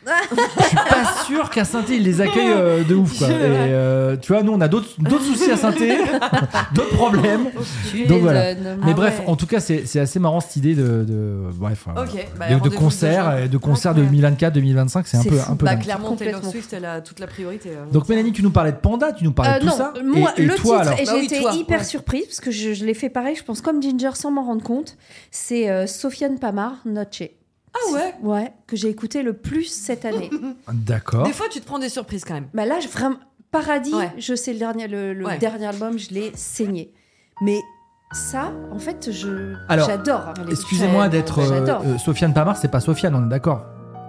Speaker 1: Je suis pas sûr qu'à saint ils les accueillent euh, de ouf quoi.
Speaker 2: Je-
Speaker 1: Et, euh, tu vois, nous on a d'autres d'autres soucis à saint <laughs> d'autres problèmes.
Speaker 5: Tu
Speaker 1: Donc
Speaker 5: les
Speaker 1: voilà.
Speaker 5: donnes.
Speaker 1: Mais
Speaker 2: Ah
Speaker 1: bref,
Speaker 2: ouais.
Speaker 1: en tout cas, c'est c'est assez marrant cette idée de, de- bref, euh,
Speaker 2: Ok, bah,
Speaker 1: de, de
Speaker 2: rendez-vous le
Speaker 1: concert,
Speaker 2: deux
Speaker 1: et de concert de
Speaker 5: Incroyable.
Speaker 1: 2024-2025, c'est un
Speaker 5: C'est
Speaker 1: peu,
Speaker 5: fou.
Speaker 1: un peu
Speaker 2: Bah,
Speaker 1: dingue.
Speaker 2: clairement, Taylor
Speaker 5: Complètement.
Speaker 2: Swift, elle a toute la priorité. euh. là.
Speaker 1: Donc Mélanie, tu nous parlais de Panda, tu nous parlais
Speaker 5: Euh,
Speaker 1: de tout
Speaker 5: non,
Speaker 1: ça.
Speaker 5: moi,
Speaker 1: et, et
Speaker 5: le
Speaker 1: toi
Speaker 5: titre,
Speaker 1: alors
Speaker 5: et
Speaker 2: Bah oui,
Speaker 5: j'ai été
Speaker 2: toi,
Speaker 5: hyper
Speaker 2: ouais.
Speaker 5: surprise parce que je, je l'ai fait pareil, je pense, comme Ginger sans m'en rendre compte. C'est euh, Sofiane Pamar, Noche.
Speaker 2: Ah ouais
Speaker 5: Ouais, que j'ai écouté le plus cette
Speaker 2: <laughs>
Speaker 5: année.
Speaker 1: D'accord.
Speaker 2: Des fois, tu te prends des surprises quand même.
Speaker 5: bah là, je- vraiment, Paradis,
Speaker 2: Ouais.
Speaker 5: je sais, le dernier, le, le
Speaker 2: Ouais.
Speaker 5: dernier album, je l'ai saigné. Mais ça, en fait, je
Speaker 1: Alors,
Speaker 5: j'adore. hein,
Speaker 1: Excusez-moi d'être euh,
Speaker 5: Bah, J'adore.
Speaker 1: euh, Sofiane Pamar, c'est pas Sofiane, on est d'accord.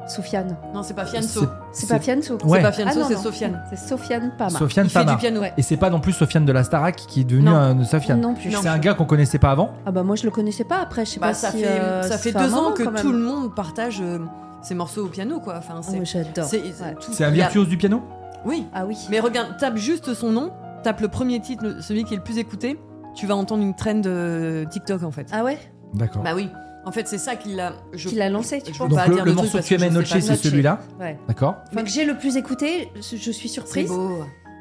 Speaker 5: Sofiane.
Speaker 2: Non, c'est pas Fianso.
Speaker 5: C'est pas Fianso.
Speaker 1: Ouais.
Speaker 2: C'est pas
Speaker 5: Ah
Speaker 2: Fianso,
Speaker 5: non,
Speaker 2: c'est
Speaker 5: non,
Speaker 2: Sofiane.
Speaker 5: C'est Sofiane Pamar.
Speaker 1: Sofiane
Speaker 2: Il fait du
Speaker 1: Pamar.
Speaker 2: piano.
Speaker 5: Ouais.
Speaker 1: Et c'est pas non plus Sofiane de la Starac qui est devenu
Speaker 2: Non.
Speaker 1: un de Sofiane.
Speaker 5: Non plus.
Speaker 1: C'est un gars qu'on connaissait pas avant.
Speaker 5: Ah bah moi, je le connaissais pas après, je sais
Speaker 2: Bah,
Speaker 5: pas
Speaker 2: ça,
Speaker 5: si,
Speaker 2: fait,
Speaker 5: euh,
Speaker 2: ça fait
Speaker 5: un
Speaker 2: deux ans
Speaker 5: moment,
Speaker 2: que
Speaker 5: quand
Speaker 2: tout
Speaker 5: même.
Speaker 2: le monde partage euh, ses morceaux au piano, quoi. Enfin,
Speaker 5: Ah,
Speaker 2: c'est.
Speaker 5: moi, J'adore.
Speaker 2: c'est-
Speaker 5: Ouais.
Speaker 2: tout-
Speaker 1: C'est un
Speaker 2: il y a-
Speaker 1: virtuose du piano
Speaker 2: Oui.
Speaker 5: Ah oui.
Speaker 2: Mais regarde, tape juste son nom, tape le premier titre, le- celui qui est le plus écouté, tu vas entendre une trend euh, TikTok en fait.
Speaker 5: Ah ouais
Speaker 1: D'accord.
Speaker 2: Bah oui. En fait, c'est ça qu'il a. Je...
Speaker 5: Qui l'a lancé, tu
Speaker 2: je
Speaker 5: vois
Speaker 2: veux
Speaker 1: Donc
Speaker 2: pas
Speaker 1: le,
Speaker 2: dire
Speaker 1: le
Speaker 2: de
Speaker 1: morceau
Speaker 2: trucs
Speaker 1: que tu aimes
Speaker 2: parce
Speaker 1: à
Speaker 2: que je sais
Speaker 1: Noche, c'est
Speaker 2: pas.
Speaker 1: celui-là.
Speaker 5: Ouais.
Speaker 1: D'accord.
Speaker 5: Enfin, que j'ai le plus écouté, je je suis
Speaker 2: C'est
Speaker 5: surprise.
Speaker 2: beau. ouais.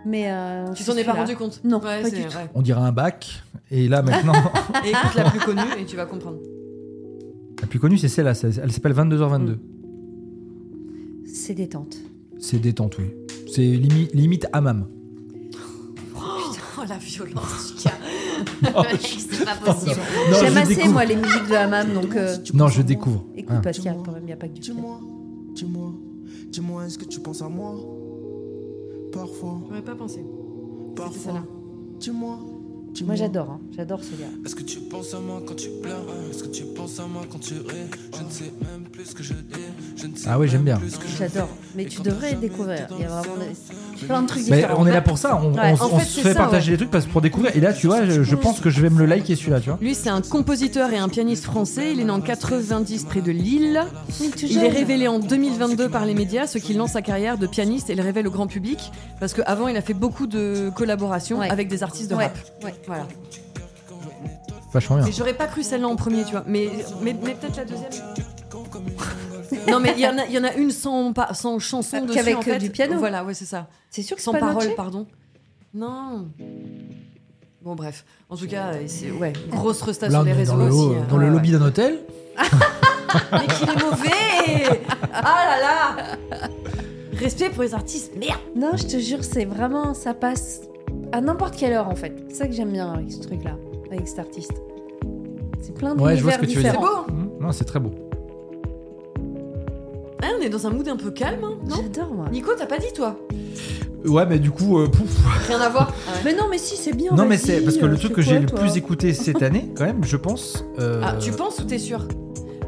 Speaker 5: Mais euh,
Speaker 2: Tu
Speaker 5: c'est
Speaker 2: t'en es pas
Speaker 5: celui-là.
Speaker 2: rendu compte
Speaker 5: Non,
Speaker 2: Ouais,
Speaker 5: pas
Speaker 2: c'est-
Speaker 5: du tout.
Speaker 2: ouais.
Speaker 1: On dirait un bac. Et
Speaker 2: <laughs>
Speaker 1: là maintenant,
Speaker 2: Et écoute la
Speaker 5: <laughs>
Speaker 2: plus connue et tu vas comprendre.
Speaker 1: la plus connue, c'est celle-là. c'est- Elle s'appelle 22h22.
Speaker 2: Mm.
Speaker 5: C'est détente.
Speaker 1: C'est détente, oui. C'est limi- limite
Speaker 2: <laughs>
Speaker 1: hammam.
Speaker 2: Oh la violence, Lucas.
Speaker 1: Oh,
Speaker 2: c'est pas possible.
Speaker 1: Non,
Speaker 5: J'aime
Speaker 1: je
Speaker 5: assez,
Speaker 1: découvre.
Speaker 5: moi, les musiques de Hamam, donc. euh,
Speaker 1: Non, je découvre.
Speaker 5: Écoute,
Speaker 1: Ah.
Speaker 5: Pascal, quand même, il n'y a pas que du piano.
Speaker 7: Dis-moi, dis-moi, dis-moi, est-ce que tu penses à moi Parfois,
Speaker 2: J'aurais pas pensé.
Speaker 7: parfois. Dis-moi, dis-moi.
Speaker 5: Moi, j'adore, hein, j'adore ce gars.
Speaker 7: Est-ce que tu penses à moi quand tu pleures Est-ce que tu penses à moi quand tu ris Je ne sais même plus ce que je dis. Je ne sais
Speaker 1: Ah ouais, j'aime bien.
Speaker 7: même plus ce que je <laughs>
Speaker 5: J'adore. Mais tu devrais découvrir. Il y a vraiment des- plein de trucs
Speaker 1: Mais
Speaker 5: différents.
Speaker 1: on est là pour ça, on,
Speaker 5: Ouais.
Speaker 1: on-
Speaker 5: En
Speaker 1: on
Speaker 2: fait,
Speaker 1: se
Speaker 2: c'est
Speaker 1: fait
Speaker 2: ça,
Speaker 1: partager
Speaker 2: ouais.
Speaker 1: les trucs parce pour découvrir. Et là, tu vois, je, je pense que je vais me le liker celui-là, tu vois.
Speaker 2: Lui, c'est un compositeur et un pianiste français. Il est né en 90 près de Lille.
Speaker 5: Mais tu
Speaker 2: Il est
Speaker 5: jeune.
Speaker 2: révélé en 2022 par les médias, ce qui lance sa carrière de pianiste et le révèle au grand public. Parce qu'avant, il a fait beaucoup de collaborations
Speaker 5: Ouais.
Speaker 2: avec des artistes de
Speaker 5: Ouais,
Speaker 2: rap.
Speaker 5: ouais.
Speaker 2: Voilà.
Speaker 1: Vachement bien.
Speaker 2: Mais j'aurais pas cru celle-là en premier, tu vois. Mais, mais, mais peut-être la deuxième. <laughs> non, mais il y, en a- il y en a une sans, pa- sans
Speaker 5: Ah,
Speaker 2: chanson dessus.
Speaker 5: qu'avec,
Speaker 2: en
Speaker 5: euh,
Speaker 2: fait.
Speaker 5: du piano.
Speaker 2: Voilà, ouais, c'est ça.
Speaker 5: C'est sûr que
Speaker 2: Sans
Speaker 5: c'est pas Noce
Speaker 2: parole, pardon. Non. Bon, bref. En tout cas, euh, c'est ouais, grosse resta
Speaker 1: Là,
Speaker 2: sur
Speaker 1: on
Speaker 2: les
Speaker 1: est
Speaker 2: réseaux
Speaker 1: dans le,
Speaker 2: aussi.
Speaker 1: lo-
Speaker 2: euh,
Speaker 1: dans le
Speaker 2: ouais,
Speaker 1: lobby d'un hôtel.
Speaker 2: ouais. Mais qu'il est mauvais Ah là là Respect pour les artistes. Merde
Speaker 5: Non, je te jure, c'est vraiment. Ça passe à n'importe quelle heure, en fait. C'est ça que j'aime bien avec ce truc-là, avec cet artiste. C'est plein de
Speaker 1: Ouais, je vois ce que tu veux dire.
Speaker 2: C'est
Speaker 5: hein.
Speaker 2: beau
Speaker 1: Mmh, Non, c'est très beau.
Speaker 2: Ah, On est dans un mood un peu calme, hein, non
Speaker 5: J'adore, moi.
Speaker 2: Nico, t'as pas dit toi
Speaker 1: Ouais, mais du coup, euh, pouf.
Speaker 2: Rien à voir.
Speaker 5: Mais non, mais si, c'est bien.
Speaker 1: Non,
Speaker 5: vas-y,
Speaker 1: mais c'est parce que
Speaker 5: euh,
Speaker 1: le
Speaker 5: tu
Speaker 1: truc
Speaker 5: fais
Speaker 1: que j'ai
Speaker 5: quoi,
Speaker 1: le
Speaker 5: toi
Speaker 1: plus écouté cette année, quand même, je pense. euh,
Speaker 2: Ah, tu penses ou t'es sûr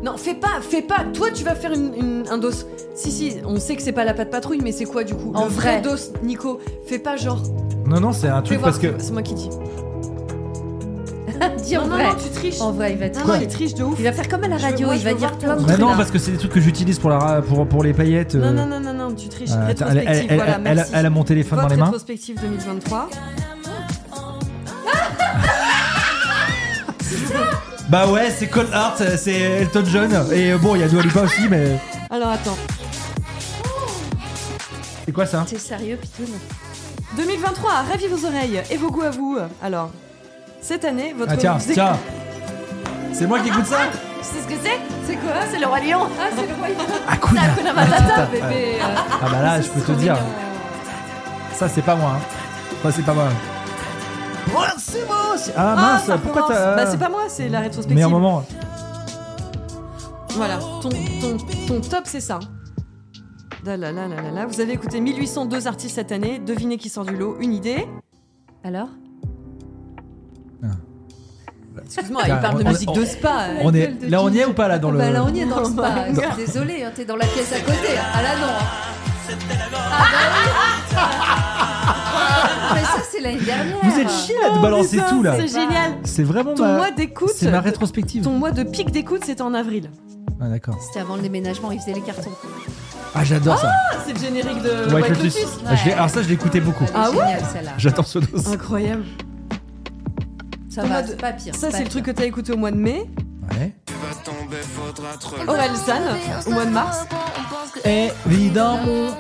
Speaker 2: Non, fais pas, fais pas. Toi, tu vas faire une, une- un dos. Si, si, on sait que c'est pas la patte patrouille, mais c'est quoi du coup
Speaker 5: En
Speaker 2: Le
Speaker 5: vrai.
Speaker 2: dos, Nico. Fais pas genre.
Speaker 1: Non, non, c'est un
Speaker 2: Fais
Speaker 1: truc
Speaker 2: voir,
Speaker 1: parce que.
Speaker 2: c'est moi qui dis.
Speaker 5: Dis en
Speaker 2: non,
Speaker 5: vrai.
Speaker 2: non, non, tu triches.
Speaker 5: En vrai, Ah il va
Speaker 2: Non,
Speaker 5: dire.
Speaker 2: non, il triche de ouf.
Speaker 5: Il va faire comme à la
Speaker 2: Je veux-
Speaker 5: radio,
Speaker 2: moi,
Speaker 5: il
Speaker 2: je
Speaker 5: va
Speaker 2: veux
Speaker 5: dire
Speaker 2: voir
Speaker 5: plein de
Speaker 2: tout.
Speaker 1: Mais
Speaker 5: trucs.
Speaker 1: Bah non,
Speaker 5: là.
Speaker 1: parce que c'est des trucs que j'utilise pour, la, ra- pour, pour les paillettes. euh,
Speaker 2: Non, non, non, non, non, tu triches.
Speaker 1: euh, attends, elle,
Speaker 2: rétrospective,
Speaker 1: elle-
Speaker 2: voilà,
Speaker 1: elle- elle a,
Speaker 2: merci.
Speaker 1: elle a mon téléphone
Speaker 2: Vote
Speaker 1: dans les mains.
Speaker 2: rétrospective 2023.
Speaker 1: Bah ouais, c'est Cold Heart, euh, c'est Elton John. Et euh, bon, il y a Dua Lipa aussi, mais.
Speaker 2: Alors attends,
Speaker 1: C'est quoi ça
Speaker 5: T'es sérieux, Pitoun
Speaker 2: 2023, ravis vos oreilles et vos goûts à vous. Alors, cette année, votre.
Speaker 1: Ah tiens,
Speaker 2: vous-
Speaker 1: tiens. C'est moi qui écoute ça
Speaker 2: Tu sais ce que c'est C'est quoi C'est le roi lion. Ah, c'est le roi lion.
Speaker 1: Ah, cool.
Speaker 2: Ah, Hakuna Matata,
Speaker 1: putain.
Speaker 2: bébé. euh.
Speaker 1: Ah bah là, je peux te dire, ça c'est pas moi. Hein. Ça c'est pas moi. Ah
Speaker 2: Ah,
Speaker 1: mince,
Speaker 2: ça
Speaker 1: pourquoi
Speaker 2: commence.
Speaker 1: t'as.
Speaker 2: Bah, c'est pas moi, c'est la rétrospective.
Speaker 1: Mais un moment.
Speaker 2: Voilà, ton, ton, ton top, c'est ça. Da la la la la la. Vous avez écouté 1802 artistes cette année. Devinez qui sort du lot. Une idée
Speaker 5: Alors
Speaker 2: Euh, Excuse-moi, il
Speaker 1: Putain,
Speaker 2: parle de
Speaker 1: Bah, on- on-
Speaker 2: musique de
Speaker 1: on-
Speaker 2: spa.
Speaker 1: On est- là, on y est ou pas, là, dans le-
Speaker 5: Bah, là on y est dans
Speaker 2: <laughs>
Speaker 5: le
Speaker 2: Oh
Speaker 5: spa.
Speaker 2: my God.
Speaker 5: Désolé, hein, t'es dans la pièce à côté. Ah là non. Ah, bah oui. Mais ça c'est l'année dernière.
Speaker 1: Vous êtes chiés là de balancer
Speaker 2: putain,
Speaker 1: tout là.
Speaker 2: Oh, Eh ben, C'est génial.
Speaker 1: C'est vraiment
Speaker 2: Ton
Speaker 1: ma.
Speaker 2: mois d'écoute.
Speaker 1: C'est ma
Speaker 2: de-
Speaker 1: rétrospective.
Speaker 2: Ton mois de pic d'écoute, c'était en avril.
Speaker 1: Ah d'accord.
Speaker 5: C'était avant le déménagement, ils faisaient les cartons.
Speaker 1: Ah j'adore ça.
Speaker 2: Ah, c'est le générique de
Speaker 1: White
Speaker 2: White,
Speaker 1: Lotus.
Speaker 2: Lotus.
Speaker 1: Ah, je l'ai- Alors ça je l'écoutais beaucoup.
Speaker 2: Ah ouais
Speaker 5: génial, celle-là.
Speaker 1: J'attends ce dos.
Speaker 2: Incroyable.
Speaker 5: Ça
Speaker 2: Ton
Speaker 5: va,
Speaker 2: mode-
Speaker 5: c'est pas pire.
Speaker 2: Bah, Ça,
Speaker 5: pas
Speaker 2: c'est le
Speaker 5: pire.
Speaker 2: truc que t'as écouté au mois de mai.
Speaker 1: Ouais.
Speaker 7: Tu vas tomber, faudra te relever.
Speaker 2: Aurel San, euh, au mois de mars.
Speaker 1: Évidemment.
Speaker 2: Ouais,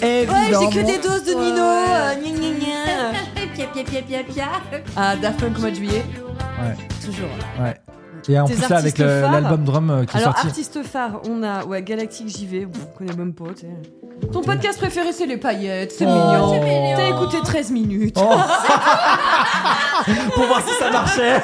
Speaker 2: j'ai
Speaker 1: Évidemment.
Speaker 2: que des doses de Nino. euh, gna, gna, gna.
Speaker 5: Pia, pia, pia, pia, pia.
Speaker 2: Ah, Daft Punk, mois de juillet.
Speaker 5: Toujours.
Speaker 1: Ouais. Et en
Speaker 2: Tes
Speaker 1: plus là avec
Speaker 2: artistes
Speaker 1: le-
Speaker 2: phares.
Speaker 1: l'album drum euh, qui est
Speaker 2: Alors,
Speaker 1: sorti.
Speaker 2: artiste phare, on a ouais, Galactic JV, bon, on connaît même pas. tu sais. Ton podcast préféré, c'est Les Paillettes, c'est
Speaker 1: Oh. C'est
Speaker 2: mignon.
Speaker 1: mignon.
Speaker 2: T'as écouté 13 minutes.
Speaker 1: Oh. <laughs> Pour voir si ça
Speaker 2: <laughs>
Speaker 1: marchait.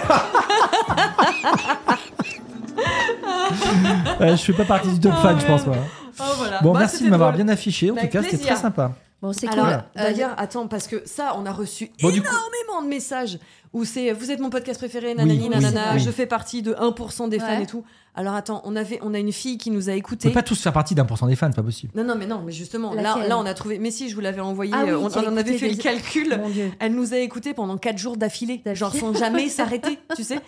Speaker 1: Euh, je suis pas partie du top
Speaker 2: Ah,
Speaker 1: fan, je pense.
Speaker 2: merde.
Speaker 1: ouais.
Speaker 2: Oh, voilà.
Speaker 1: Bon,
Speaker 2: Bah,
Speaker 1: merci de
Speaker 2: c'était
Speaker 1: m'avoir
Speaker 2: drôle. Bah,
Speaker 1: bien affiché. En tout
Speaker 2: Avec
Speaker 1: cas, c'était
Speaker 2: plaisir.
Speaker 1: très sympa.
Speaker 5: Bon, c'est cool.
Speaker 2: Alors,
Speaker 5: Euh,
Speaker 2: d'ailleurs, attends, parce que ça, on a reçu
Speaker 1: Bon, du coup-
Speaker 2: énormément de messages où c'est vous êtes mon podcast préféré, nanani,
Speaker 1: oui,
Speaker 2: nanana,
Speaker 1: oui.
Speaker 2: je fais partie de 1% des fans
Speaker 5: Ouais.
Speaker 2: et tout. Alors, attends, on, avait, on a une fille qui nous a
Speaker 1: On peut
Speaker 2: écouté.
Speaker 1: pas tous faire partie d'un pour cent des fans, c'est pas possible.
Speaker 2: Non, non, mais non, mais justement, là,
Speaker 5: Laquelle
Speaker 2: là, on a trouvé. Mais si, je vous l'avais envoyé,
Speaker 5: Ah oui,
Speaker 2: euh, on,
Speaker 5: qui a
Speaker 2: on en avait
Speaker 5: écouté
Speaker 2: fait
Speaker 5: des-
Speaker 2: le calcul.
Speaker 5: Mon Dieu.
Speaker 2: Elle nous a écouté pendant 4 jours d'affilée, genre sans
Speaker 5: <laughs>
Speaker 2: jamais s'arrêter, tu sais.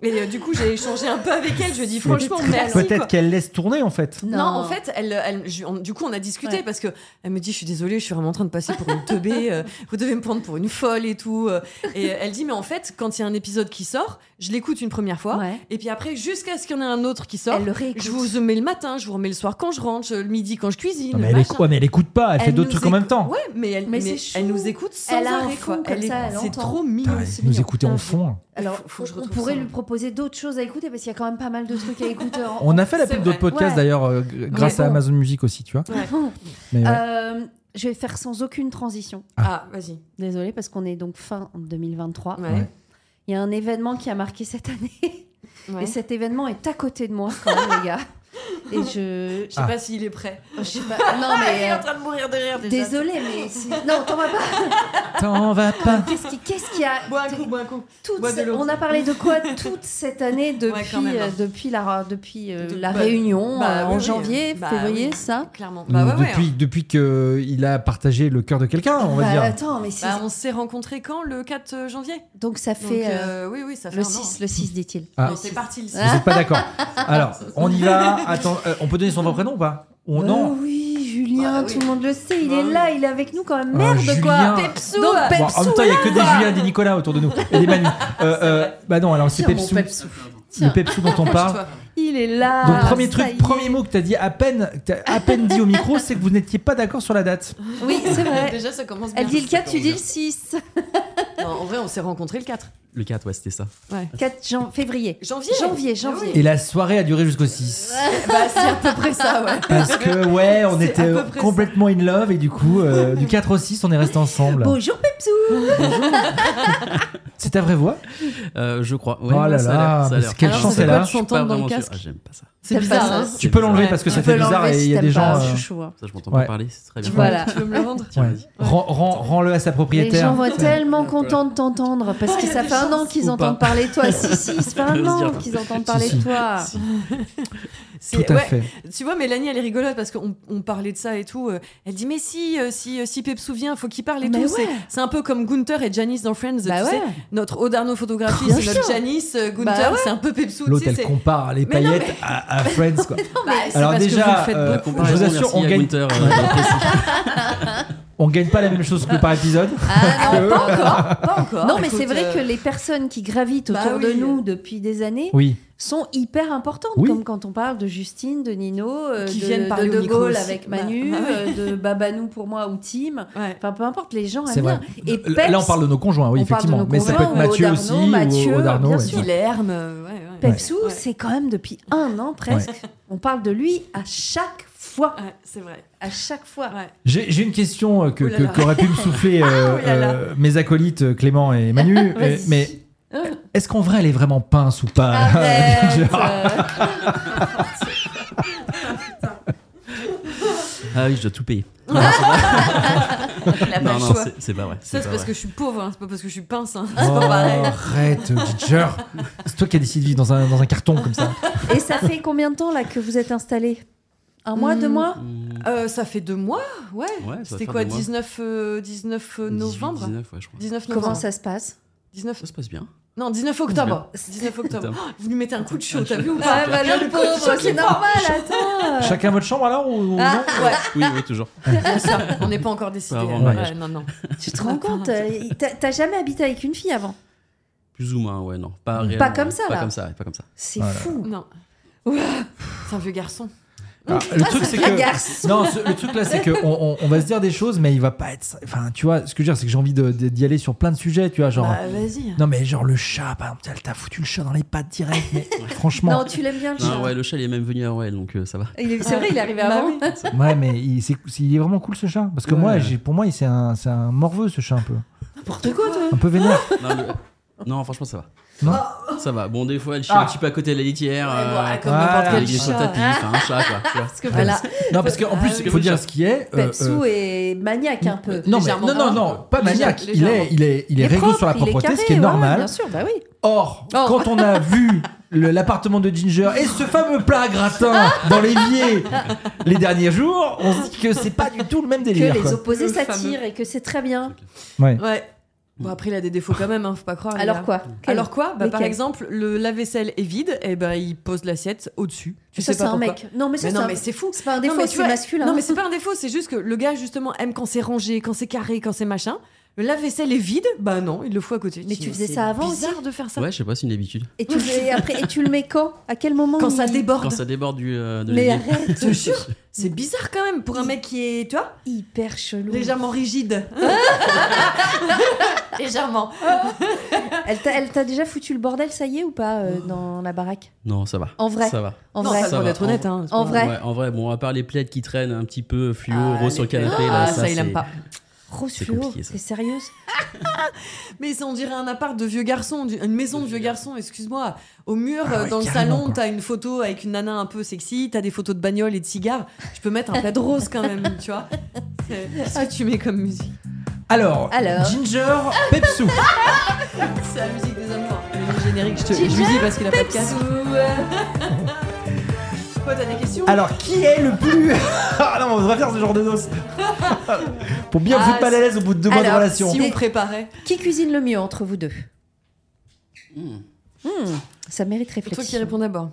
Speaker 2: Et euh, du coup, j'ai échangé un peu avec elle. Je lui ai dit,
Speaker 1: Mais
Speaker 2: franchement, merci.
Speaker 1: Peut-être
Speaker 2: quoi.
Speaker 1: qu'elle laisse tourner en fait.
Speaker 2: Non, en fait, elle, elle- je- on- du coup, on a discuté
Speaker 5: Ouais.
Speaker 2: parce que elle me dit, je suis désolée, je suis vraiment en train de passer pour une teubée. euh, vous devez me prendre pour une folle et tout. euh. Et elle dit, mais en fait, quand il y a un épisode qui sort, je l'écoute une première fois,
Speaker 5: Ouais.
Speaker 2: et puis après, jusqu'à ce qu'il y en ait un autre qui sort.
Speaker 5: elle le réécoute.
Speaker 2: Je vous mets le matin, je vous remets le soir quand je rentre, je- le midi quand je cuisine.
Speaker 1: Non, mais,
Speaker 2: le
Speaker 1: elle
Speaker 2: machin.
Speaker 1: écoute, ouais, mais elle écoute pas, elle, fait
Speaker 5: Elle
Speaker 1: d'autres
Speaker 5: nous
Speaker 1: trucs en même temps.
Speaker 2: Ouais, mais elle,
Speaker 5: Mais
Speaker 2: mais
Speaker 5: c'est
Speaker 2: elle
Speaker 5: chou.
Speaker 2: nous écoute sans
Speaker 5: Elle a un
Speaker 2: arrêt.
Speaker 5: fond
Speaker 2: quoi.
Speaker 5: comme
Speaker 2: Elle est-
Speaker 5: ça, elle
Speaker 2: c'est
Speaker 5: entend.
Speaker 2: trop mignon.
Speaker 1: Putain,
Speaker 2: c'est
Speaker 1: elle nous
Speaker 2: mignon.
Speaker 1: écouter en fond. hein.
Speaker 5: Alors,
Speaker 2: Faut- faut que je
Speaker 5: on
Speaker 2: retrouve
Speaker 5: pourrait
Speaker 2: ça.
Speaker 5: lui proposer d'autres choses à écouter parce qu'il y a quand même pas mal de trucs à écouter. en-
Speaker 1: <laughs> On a fait la
Speaker 2: C'est
Speaker 1: pub d'autres
Speaker 2: vrai.
Speaker 1: podcasts
Speaker 5: Ouais.
Speaker 1: d'ailleurs, euh, gr- grâce
Speaker 5: bon.
Speaker 1: à Amazon Music aussi, tu vois. Mais ouais.
Speaker 5: Euh, je vais faire sans aucune transition.
Speaker 2: Ah, vas-y.
Speaker 5: Désolée parce qu'on est donc fin 2023.
Speaker 2: Ouais.
Speaker 1: Ouais.
Speaker 5: Il y a un événement qui a marqué cette année.
Speaker 2: <laughs> Ouais.
Speaker 5: Et
Speaker 2: Je
Speaker 5: cet événement est à côté de moi quand même, les
Speaker 2: <laughs>
Speaker 5: gars. Et je...
Speaker 2: sais pas s'il est prêt.
Speaker 5: je sais pas...
Speaker 2: Ah,
Speaker 5: Non, mais... euh,
Speaker 2: train de mourir de rire
Speaker 5: Désolée, mais... c'est- Non, t'en vas pas.
Speaker 2: Euh.
Speaker 1: T'en vas pas.
Speaker 5: Qu'est-ce qui- qu'est-ce qu'il y a
Speaker 2: Bois un coup, bois un coup.
Speaker 5: Toute
Speaker 2: Bois de
Speaker 5: ce-
Speaker 2: l'eau.
Speaker 5: On a parlé de
Speaker 2: <laughs>
Speaker 5: quoi toute cette année
Speaker 2: Ouais,
Speaker 5: depuis,
Speaker 2: quand même, hein.
Speaker 5: euh, depuis la, depuis, euh,
Speaker 2: De-
Speaker 5: la
Speaker 2: bah,
Speaker 5: réunion
Speaker 2: bah,
Speaker 5: euh,
Speaker 2: oui,
Speaker 5: en
Speaker 2: oui.
Speaker 5: janvier,
Speaker 2: Bah,
Speaker 5: février,
Speaker 2: oui.
Speaker 5: ça
Speaker 2: Clairement. Bah ouais, ouais.
Speaker 1: depuis depuis qu'il a partagé le cœur de quelqu'un, on va
Speaker 5: Bah,
Speaker 1: dire.
Speaker 5: Attends, mais c'est-
Speaker 2: Bah, on s'est rencontrés quand Le 4 janvier.
Speaker 5: Donc ça
Speaker 2: Donc,
Speaker 5: fait euh,
Speaker 2: euh, oui, oui, ça fait
Speaker 5: le
Speaker 2: un an.
Speaker 5: 6, le 6 dit-il.
Speaker 1: Ah.
Speaker 2: Non, c'est parti le 6.
Speaker 1: Vous êtes pas d'accord.
Speaker 5: <laughs>
Speaker 1: Alors, on y va. Attends, euh, on peut donner son vrai prénom ou pas On
Speaker 5: Bah
Speaker 1: Oh non.
Speaker 5: oui, Julien,
Speaker 2: Bah oui.
Speaker 5: tout le monde le sait, il
Speaker 2: Bah
Speaker 5: est
Speaker 2: oui.
Speaker 5: là, il est avec nous quand même.
Speaker 1: Euh,
Speaker 5: Merde
Speaker 1: Julien.
Speaker 5: quoi Pepsou euh, Donc
Speaker 1: Bon, en même temps, il y a que des Julien et des Nicolas autour de nous et des
Speaker 5: <laughs>
Speaker 1: Manu. Euh, euh, bah non, alors c'est
Speaker 5: Tiens, mon
Speaker 1: Pepsou,
Speaker 5: Pepsou.
Speaker 1: le
Speaker 5: Tiens,
Speaker 1: Pepsou dont on parle.
Speaker 2: Toi.
Speaker 5: il est là.
Speaker 1: Donc premier
Speaker 5: ça y
Speaker 1: truc,
Speaker 5: est.
Speaker 1: premier mot que t'as dit à peine, que t'as à peine dit au micro, c'est que vous n'étiez pas d'accord sur la date.
Speaker 5: Oui, c'est <laughs> vrai.
Speaker 2: Déjà, ça commence bien.
Speaker 5: Elle dit le 4, tu dis le 6.
Speaker 2: Non, en vrai, on s'est rencontrés le 4.
Speaker 8: Le 4, ouais, c'était ça.
Speaker 5: 4 jan- février.
Speaker 2: Janvier
Speaker 5: Janvier, janvier.
Speaker 1: Et la soirée a duré jusqu'au 6.
Speaker 2: Bah, c'est à peu près ça, ouais.
Speaker 1: Parce que ouais, on
Speaker 2: C'est
Speaker 1: était
Speaker 2: à peu près
Speaker 1: complètement in love et du coup, euh, du 4 au 6, on est resté ensemble.
Speaker 5: <laughs> Bonjour Pepsou
Speaker 1: C'est ta vraie voix
Speaker 8: Euh, je crois. Ouais,
Speaker 1: Oh là
Speaker 8: ouais, ça a
Speaker 1: là,
Speaker 8: l'air, ça a
Speaker 1: mais
Speaker 8: l'air.
Speaker 1: quelle
Speaker 2: Alors,
Speaker 1: chance
Speaker 2: c'est
Speaker 1: elle
Speaker 2: quoi
Speaker 1: a.
Speaker 2: de
Speaker 8: Je suis
Speaker 2: s'entendre
Speaker 8: pas
Speaker 2: dans le
Speaker 8: vraiment sûr.
Speaker 2: casque
Speaker 8: Ah, J'aime pas ça.
Speaker 2: C'est
Speaker 5: T'aimes
Speaker 2: bizarre,
Speaker 5: pas
Speaker 2: hein.
Speaker 5: ça
Speaker 1: Tu peux l'enlever
Speaker 2: Ouais.
Speaker 1: parce que
Speaker 2: Tu
Speaker 1: ça
Speaker 5: peux
Speaker 1: fait bizarre
Speaker 5: l'enlever
Speaker 1: et il
Speaker 5: si
Speaker 1: y a
Speaker 5: t'aimes
Speaker 1: des gens.
Speaker 5: pas,
Speaker 1: euh,
Speaker 5: je chouchou. hein.
Speaker 8: Ça, je m'entends
Speaker 1: Ouais.
Speaker 8: pas parler, c'est très bien.
Speaker 5: Voilà.
Speaker 2: Tu veux me le rendre
Speaker 8: Tiens,
Speaker 1: ouais.
Speaker 8: vas-y.
Speaker 1: Rends- rends- Rends-le à sa
Speaker 5: Les gens
Speaker 1: propriétaire.
Speaker 5: vont tellement contents de t'entendre parce que ça fait un an qu'ils
Speaker 8: Ou
Speaker 5: entendent
Speaker 8: pas.
Speaker 5: parler de toi. Si,
Speaker 1: <laughs>
Speaker 5: si, ça fait un
Speaker 8: Vas-y,
Speaker 5: an
Speaker 8: attends.
Speaker 5: qu'ils entendent parler de
Speaker 1: si.
Speaker 5: toi.
Speaker 8: Si.
Speaker 2: C'est-
Speaker 1: Tout à
Speaker 2: ouais,
Speaker 1: fait.
Speaker 2: Tu vois, Mélanie, elle est rigolote parce qu'on on parlait de ça et tout. euh, Elle dit Mais si, euh, si, euh, si Pepsou vient, faut qu'il parle et
Speaker 5: Mais
Speaker 2: tout. C'est- C'est un peu comme Gunther et Janice dans Friends.
Speaker 5: Bah
Speaker 2: tu
Speaker 5: ouais.
Speaker 2: sais, notre Odarno photographie,
Speaker 5: Bien
Speaker 2: c'est notre
Speaker 5: sûr.
Speaker 2: Janice. euh, Gunther,
Speaker 5: Bah ouais.
Speaker 2: c'est un peu Pepsou. tu
Speaker 1: L'autre,
Speaker 2: sais,
Speaker 1: elle
Speaker 2: c'est-
Speaker 1: compare les
Speaker 2: Mais non,
Speaker 1: paillettes à, à Friends, quoi.
Speaker 2: Bah, c'est
Speaker 1: Alors
Speaker 2: parce que
Speaker 1: déjà,
Speaker 2: vous le faites
Speaker 1: euh,
Speaker 2: beaucoup.
Speaker 1: je vous assure,
Speaker 8: merci
Speaker 1: on
Speaker 8: à
Speaker 1: gagne-
Speaker 8: Gunther, euh,
Speaker 1: On gagne pas la même chose que par épisode.
Speaker 5: Ah non, pas encore.
Speaker 2: Pas encore.
Speaker 5: Non, mais
Speaker 2: Écoute,
Speaker 5: c'est vrai
Speaker 2: euh,
Speaker 5: que les personnes qui gravitent
Speaker 2: bah
Speaker 5: autour de
Speaker 2: oui.
Speaker 5: nous depuis des années
Speaker 1: Oui.
Speaker 5: sont hyper importantes,
Speaker 1: Oui.
Speaker 5: comme quand on parle de Justine, de Nino, euh,
Speaker 2: Qui
Speaker 5: de,
Speaker 2: viennent
Speaker 5: de
Speaker 2: parler au
Speaker 5: De
Speaker 2: micro
Speaker 5: Gaulle
Speaker 2: aussi.
Speaker 5: avec
Speaker 2: Bah,
Speaker 5: Manu,
Speaker 2: bah oui.
Speaker 5: euh, de Babanou pour moi ou Tim.
Speaker 2: Ouais.
Speaker 5: Enfin, peu importe, les gens
Speaker 1: C'est
Speaker 5: aiment bien.
Speaker 1: vrai.
Speaker 5: Et
Speaker 1: L-
Speaker 5: Peps,
Speaker 1: Là, on parle de nos conjoints, oui,
Speaker 5: on parle de
Speaker 1: effectivement.
Speaker 5: nos
Speaker 1: Mais ça peut
Speaker 5: conjoints,
Speaker 1: être Mathieu
Speaker 5: ou
Speaker 1: aussi,
Speaker 5: Odarno, Mathieu,
Speaker 1: ou Odarno.
Speaker 5: bien
Speaker 1: ouais.
Speaker 5: sûr.
Speaker 2: Guilherme, euh, ouais, ouais.
Speaker 5: Pepsou,
Speaker 2: Ouais.
Speaker 5: c'est quand même depuis un an presque. On parle de lui à chaque fois.
Speaker 2: Ouais, c'est vrai.
Speaker 5: À chaque fois.
Speaker 2: Ouais.
Speaker 1: J'ai j'ai une question euh, que-
Speaker 2: Ouh là
Speaker 1: que-
Speaker 2: là.
Speaker 1: qu'auraient pu me souffler euh,
Speaker 2: ouh là là.
Speaker 1: euh, mes acolytes euh, Clément et Manu. euh,
Speaker 5: Vas-y.
Speaker 1: Mais est-ce qu'en vrai, elle est vraiment pince ou pas <laughs>
Speaker 5: Arrête,
Speaker 1: Genre-
Speaker 5: euh,
Speaker 8: Ah oui, je dois
Speaker 2: <laughs>
Speaker 8: tout payer.
Speaker 2: Il a pas
Speaker 8: Non,
Speaker 2: le
Speaker 8: non,
Speaker 2: choix.
Speaker 8: c'est- c'est pas vrai.
Speaker 2: Ça, c'est
Speaker 8: pas
Speaker 2: parce
Speaker 8: vrai.
Speaker 2: que je suis pauvre, hein, c'est pas parce que je suis pince. hein. C'est
Speaker 1: Oh,
Speaker 2: pas pareil.
Speaker 1: arrête, Ginger. C'est toi qui as décidé de vivre dans un, dans un carton comme ça.
Speaker 5: Et ça fait combien de temps là que vous êtes installé Un mois,
Speaker 2: Hmm.
Speaker 5: deux mois
Speaker 8: Mm,
Speaker 2: Euh, ça fait deux mois, ouais.
Speaker 8: Ouais, ça va
Speaker 2: C'était
Speaker 8: faire
Speaker 2: quoi,
Speaker 8: deux mois.
Speaker 2: 19, euh, 19 euh,
Speaker 8: 18,
Speaker 2: novembre
Speaker 8: 19, ouais, je crois.
Speaker 2: 19 novembre.
Speaker 5: Comment ça se passe
Speaker 2: 19...
Speaker 8: Ça se passe bien.
Speaker 2: Non, 19 octobre. 19 octobre.
Speaker 8: Putain. Ah,
Speaker 2: Oh, vous lui mettez un coup de chaud,
Speaker 8: Un
Speaker 2: t'as
Speaker 8: chaud.
Speaker 2: vu ou pas
Speaker 5: Ouais, bah le pauvre, c'est normal, attends
Speaker 1: Chacun votre chambre alors ou, ou non
Speaker 2: Ah, Ouais,
Speaker 8: Oui, oui, toujours.
Speaker 2: bien sûr, on n'est pas encore décidé.
Speaker 8: Pas avant
Speaker 2: euh,
Speaker 8: le
Speaker 2: ouais,
Speaker 8: mariage.
Speaker 2: non, non.
Speaker 5: Tu te rends compte euh, t'as- T'as jamais habité avec une fille avant
Speaker 8: Plus ou moins, ouais, non. Pas,
Speaker 1: Pas
Speaker 8: réellement,
Speaker 5: comme ça,
Speaker 8: pas
Speaker 5: là.
Speaker 8: Comme ça, pas comme ça.
Speaker 5: C'est
Speaker 1: Voilà.
Speaker 5: fou
Speaker 2: Non.
Speaker 5: Ouah.
Speaker 2: C'est un vieux garçon.
Speaker 1: Ah, Le truc c'est
Speaker 5: Un
Speaker 1: que
Speaker 5: garçon
Speaker 1: Non, ce- le truc là, c'est qu'on on, on va se dire des choses, mais il va pas être. Enfin, tu vois, ce que je veux dire, c'est que j'ai envie de- de- d'y aller sur plein de sujets, tu vois, genre.
Speaker 2: Bah, vas-y.
Speaker 1: Non, mais genre le chat, par exemple, t'as- t'as foutu le chat dans les pattes direct, mais
Speaker 5: <laughs>
Speaker 1: franchement.
Speaker 5: Non, tu l'aimes bien le
Speaker 8: Non,
Speaker 5: chat
Speaker 8: ouais, le chat, il est même venu à Noël, donc euh,
Speaker 2: <laughs>
Speaker 8: ça va.
Speaker 5: Il est- C'est vrai, il est arrivé
Speaker 2: Bah
Speaker 5: avant
Speaker 2: oui.
Speaker 1: Ouais, mais il, c'est- c'est- il est vraiment cool ce chat. Parce que
Speaker 8: Ouais.
Speaker 1: moi, j'ai- pour moi, il- c'est un, c'est un morveux ce chat, un peu.
Speaker 2: N'importe quoi, toi.
Speaker 1: Un peu vénère.
Speaker 8: Non, le- non, franchement, ça va.
Speaker 1: Non.
Speaker 8: Ça va. Bon, des fois, elle chie
Speaker 1: Ah.
Speaker 8: un petit peu à côté de la litière.
Speaker 2: Ouais, bon,
Speaker 8: euh,
Speaker 2: comme
Speaker 1: Ouais.
Speaker 2: n'importe quel
Speaker 8: il est sur le
Speaker 2: chat.
Speaker 8: tapis, enfin, un chat, quoi. tu vois.
Speaker 2: Parce que voilà.
Speaker 1: Non, parce qu'en plus,
Speaker 2: Ah oui.
Speaker 1: il faut dire ce qui est. euh, euh,
Speaker 5: Pepsou est maniaque un peu
Speaker 1: non, mais-
Speaker 2: légèrement
Speaker 1: non, non, non, pas maniaque. Il
Speaker 2: légèrement.
Speaker 1: est, il est, il est réglo
Speaker 5: propre,
Speaker 1: sur la
Speaker 5: il est
Speaker 1: propreté, ce
Speaker 5: carré,
Speaker 1: qui est
Speaker 5: ouais,
Speaker 1: normal.
Speaker 5: Bien sûr, bah oui
Speaker 1: Or,
Speaker 2: Oh.
Speaker 1: quand on a vu le- l'appartement de Ginger et ce fameux plat à gratin dans l'évier les derniers jours, on se dit que c'est pas du tout le même
Speaker 5: Que
Speaker 1: délire.
Speaker 5: les
Speaker 1: quoi.
Speaker 5: opposés
Speaker 2: Le Oh
Speaker 5: s'attirent et que c'est très bien
Speaker 1: Ouais.
Speaker 2: Ouais. Bon, après, il a des défauts quand même, hein, faut pas croire. les
Speaker 5: Alors
Speaker 2: gars.
Speaker 5: quoi
Speaker 2: Alors quoi bah, Par
Speaker 5: Lesquels
Speaker 2: exemple, le lave-vaisselle est vide, et ben il pose l'assiette au-dessus. Tu
Speaker 5: Ça
Speaker 2: sais
Speaker 5: c'est
Speaker 2: pas
Speaker 5: un
Speaker 2: pourquoi.
Speaker 5: mec Non mais ça
Speaker 2: Mais non, mais
Speaker 5: c'est un-
Speaker 2: c'est fou.
Speaker 5: c'est pas un
Speaker 2: Non, mais
Speaker 5: défaut,
Speaker 2: tu
Speaker 5: c'est
Speaker 2: vois,
Speaker 5: masculin
Speaker 2: Non, mais c'est pas un défaut, c'est juste que le gars, justement, aime quand c'est rangé, quand c'est carré, quand c'est machin. Le lave-vaisselle est vide, bah non, il le fout à côté.
Speaker 5: Mais
Speaker 2: Je
Speaker 5: tu
Speaker 2: dis,
Speaker 5: faisais
Speaker 2: c'est
Speaker 5: ça avant
Speaker 2: bizarre de faire ça.
Speaker 8: Ouais, je sais pas, c'est une habitude.
Speaker 5: Et tu, le-
Speaker 2: <laughs>
Speaker 5: et après, et tu le mets quand À quel moment
Speaker 2: Quand
Speaker 5: il-
Speaker 2: ça
Speaker 8: Quand
Speaker 2: déborde.
Speaker 8: ça déborde du, euh, de
Speaker 5: Mais
Speaker 8: l'évier.
Speaker 5: arrête,
Speaker 2: Je te jure, c'est bizarre quand même pour un mec qui est, tu vois,
Speaker 5: hyper chelou.
Speaker 2: légèrement rigide. légèrement.
Speaker 5: Elle t'a elle t'a déjà foutu le bordel, ça y est, ou pas, euh, dans la baraque
Speaker 8: Non, ça va.
Speaker 5: En vrai.
Speaker 8: Ça va.
Speaker 5: En
Speaker 2: non,
Speaker 5: vrai.
Speaker 2: ça,
Speaker 8: Ça
Speaker 2: pour
Speaker 8: va,
Speaker 2: être
Speaker 8: en-
Speaker 2: honnête, hein, c'est
Speaker 5: en
Speaker 2: pas-
Speaker 5: vrai.
Speaker 8: Ouais, en vrai, bon, à part les plaides qui traînent un petit peu fluo,
Speaker 2: Ah,
Speaker 8: rose sur le
Speaker 2: les plaies.
Speaker 8: canapé, là,
Speaker 2: Ah,
Speaker 8: ça,
Speaker 2: ça, il aime
Speaker 8: c'est-
Speaker 2: pas.
Speaker 5: Rose
Speaker 8: C'est
Speaker 5: fluo,
Speaker 8: compliqué, ça.
Speaker 5: t'es sérieuse
Speaker 2: Mais ça, on dirait un appart de vieux garçon, du- une maison de vieux garçon, excuse-moi. Au mur,
Speaker 1: Ah
Speaker 2: euh,
Speaker 1: ouais,
Speaker 2: dans le
Speaker 1: carrément,
Speaker 2: salon,
Speaker 1: quoi.
Speaker 2: t'as une photo avec une nana un peu sexy, t'as des photos de bagnole et de cigares. Je peux mettre un plat de rose quand même, tu vois. C'est- Qu'est-ce que Ah, tu mets comme musique
Speaker 1: Alors,
Speaker 5: Alors.
Speaker 1: Ginger, Pepsou.
Speaker 2: C'est la musique des hommes forts. Le générique, je te je
Speaker 5: Ginger
Speaker 2: vous dis parce qu'il a pas de casque.
Speaker 5: euh.
Speaker 2: Quoi, t'as des questions
Speaker 1: Alors, qui est le plus. <laughs> ah non, on devrait faire ce genre de dos. Pour bien
Speaker 2: Ah,
Speaker 1: foutre mal à l'aise au bout de deux mois de
Speaker 5: Alors,
Speaker 1: relation.
Speaker 2: Si on
Speaker 5: Mais-
Speaker 2: préparait,
Speaker 5: Qui cuisine le mieux entre vous deux
Speaker 8: Hmm.
Speaker 5: Hmm, Ça mérite
Speaker 2: c'est toi
Speaker 5: réflexion.
Speaker 2: qui
Speaker 5: <laughs>
Speaker 2: réponds d'abord.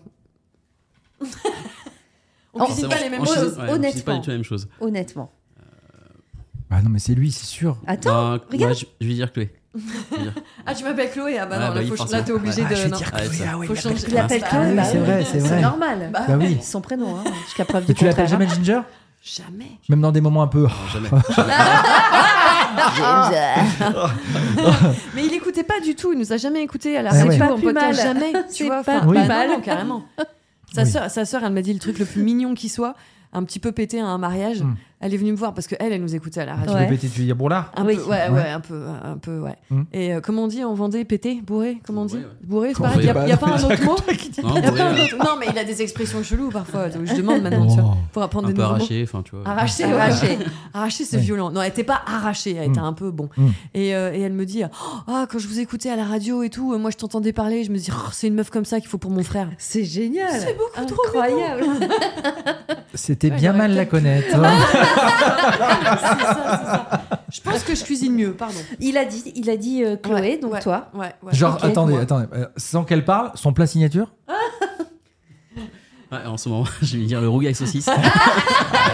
Speaker 2: on
Speaker 5: Oh,
Speaker 2: cuisine
Speaker 8: Forcément,
Speaker 2: pas les mêmes
Speaker 8: on
Speaker 2: choses.
Speaker 8: cuisine- ouais, on cuisine pas
Speaker 5: honnêtement.
Speaker 8: du tout la même chose.
Speaker 5: Honnêtement.
Speaker 1: Ah non, mais c'est lui, c'est sûr.
Speaker 5: Attends,
Speaker 8: Non, moi,
Speaker 5: regarde.
Speaker 8: je, je vais dire Chloé. Je vais dire-
Speaker 2: Ah, tu m'appelles Chloé Ah bah
Speaker 8: Ouais,
Speaker 2: non,
Speaker 8: bah
Speaker 2: là,
Speaker 8: oui,
Speaker 2: faut- là,
Speaker 8: forcément.
Speaker 2: t'es obligé
Speaker 1: Ah,
Speaker 2: de.
Speaker 1: je vais
Speaker 2: non.
Speaker 1: dire
Speaker 8: Ah,
Speaker 1: Chloé,
Speaker 8: ça.
Speaker 1: ah ouais,
Speaker 2: Faut
Speaker 1: il
Speaker 2: changer.
Speaker 1: l'appelle
Speaker 5: il l'appelle
Speaker 8: Ah,
Speaker 5: quand
Speaker 1: oui,
Speaker 5: bah
Speaker 1: c'est vrai, c'est vrai.
Speaker 5: normal.
Speaker 2: Bah,
Speaker 1: Chloé. Bah oui.
Speaker 5: Son prénom, hein, jusqu'à preuve
Speaker 1: Et
Speaker 5: du
Speaker 1: tu l'appelles
Speaker 5: contraire.
Speaker 1: jamais Ginger
Speaker 2: Jamais.
Speaker 1: Même dans des moments un peu.
Speaker 8: Non,
Speaker 1: <laughs>
Speaker 8: jamais.
Speaker 5: hein. Ginger.
Speaker 2: Mais il écoutait pas du tout, il nous a jamais écouté à la
Speaker 1: C'est
Speaker 2: radio
Speaker 5: pas
Speaker 2: en
Speaker 5: plus
Speaker 2: podcast,
Speaker 5: mal. <laughs>
Speaker 2: jamais.
Speaker 5: C'est
Speaker 2: Tu vois,
Speaker 5: pas
Speaker 2: enfin,
Speaker 1: plus
Speaker 2: bah
Speaker 5: mal.
Speaker 2: non, non, carrément. Sa,
Speaker 1: Oui.
Speaker 2: sœur, sa sœur, elle m'a dit le truc le plus mignon qui soit, un petit peu pété à un mariage.
Speaker 1: Mm.
Speaker 2: Elle est venue me voir parce que elle, elle nous écoutait à la radio.
Speaker 1: Tu peux
Speaker 5: Ouais.
Speaker 1: péter, tu veux dire Bourlard
Speaker 2: Un
Speaker 5: Oui.
Speaker 2: peu, ouais, ouais,
Speaker 1: Ouais.
Speaker 2: un peu, un peu, ouais.
Speaker 1: Mm.
Speaker 2: Et euh, comment on dit en Vendée, pété, bourré, comment on dit
Speaker 8: Ouais, ouais.
Speaker 2: Bourré, c'est
Speaker 1: Bourré,
Speaker 2: pareil, il n'y
Speaker 1: bah,
Speaker 2: a, y a
Speaker 1: non,
Speaker 2: pas un autre mot <laughs>
Speaker 8: Non,
Speaker 2: Y a
Speaker 8: pour
Speaker 2: pas un
Speaker 8: rien,
Speaker 2: autre- Non, mais il a des expressions cheloues parfois, donc je demande maintenant, tu vois,
Speaker 1: Oh.
Speaker 2: pour apprendre
Speaker 8: un
Speaker 2: des
Speaker 8: peu
Speaker 2: nouveaux mots.
Speaker 8: arraché, enfin, tu vois.
Speaker 2: Arraché,
Speaker 5: Arraché.
Speaker 2: arraché. Arraché, Ah, c'est
Speaker 1: Ouais.
Speaker 2: violent. Non, elle était pas arrachée, elle était un peu bon.
Speaker 1: Mm.
Speaker 2: Et, euh, et elle me dit Oh, Ah, quand je vous écoutais à la radio et tout, euh, moi je t'entendais parler, je me dis Oh, C'est une meuf comme ça qu'il faut pour mon frère.
Speaker 5: <laughs> C'est génial.
Speaker 2: C'est beaucoup trop
Speaker 5: incroyable.
Speaker 1: C'était
Speaker 2: Ouais,
Speaker 1: bien
Speaker 2: j'aurais
Speaker 1: mal la
Speaker 2: peut-être <laughs>
Speaker 1: connaître.
Speaker 2: Je pense que je cuisine mieux, pardon.
Speaker 5: Il a dit, il a dit euh, Chloé,
Speaker 2: Ouais,
Speaker 5: donc
Speaker 2: ouais,
Speaker 5: toi.
Speaker 2: Ouais, ouais.
Speaker 1: Genre,
Speaker 5: Ok.
Speaker 1: attendez,
Speaker 5: Moi.
Speaker 1: attendez. euh, sans qu'elle parle, son plat
Speaker 2: <laughs>
Speaker 1: signature
Speaker 8: Ouais, en ce moment, <laughs> je vais dire le
Speaker 2: <laughs>
Speaker 8: rougail saucisse.
Speaker 1: Ah,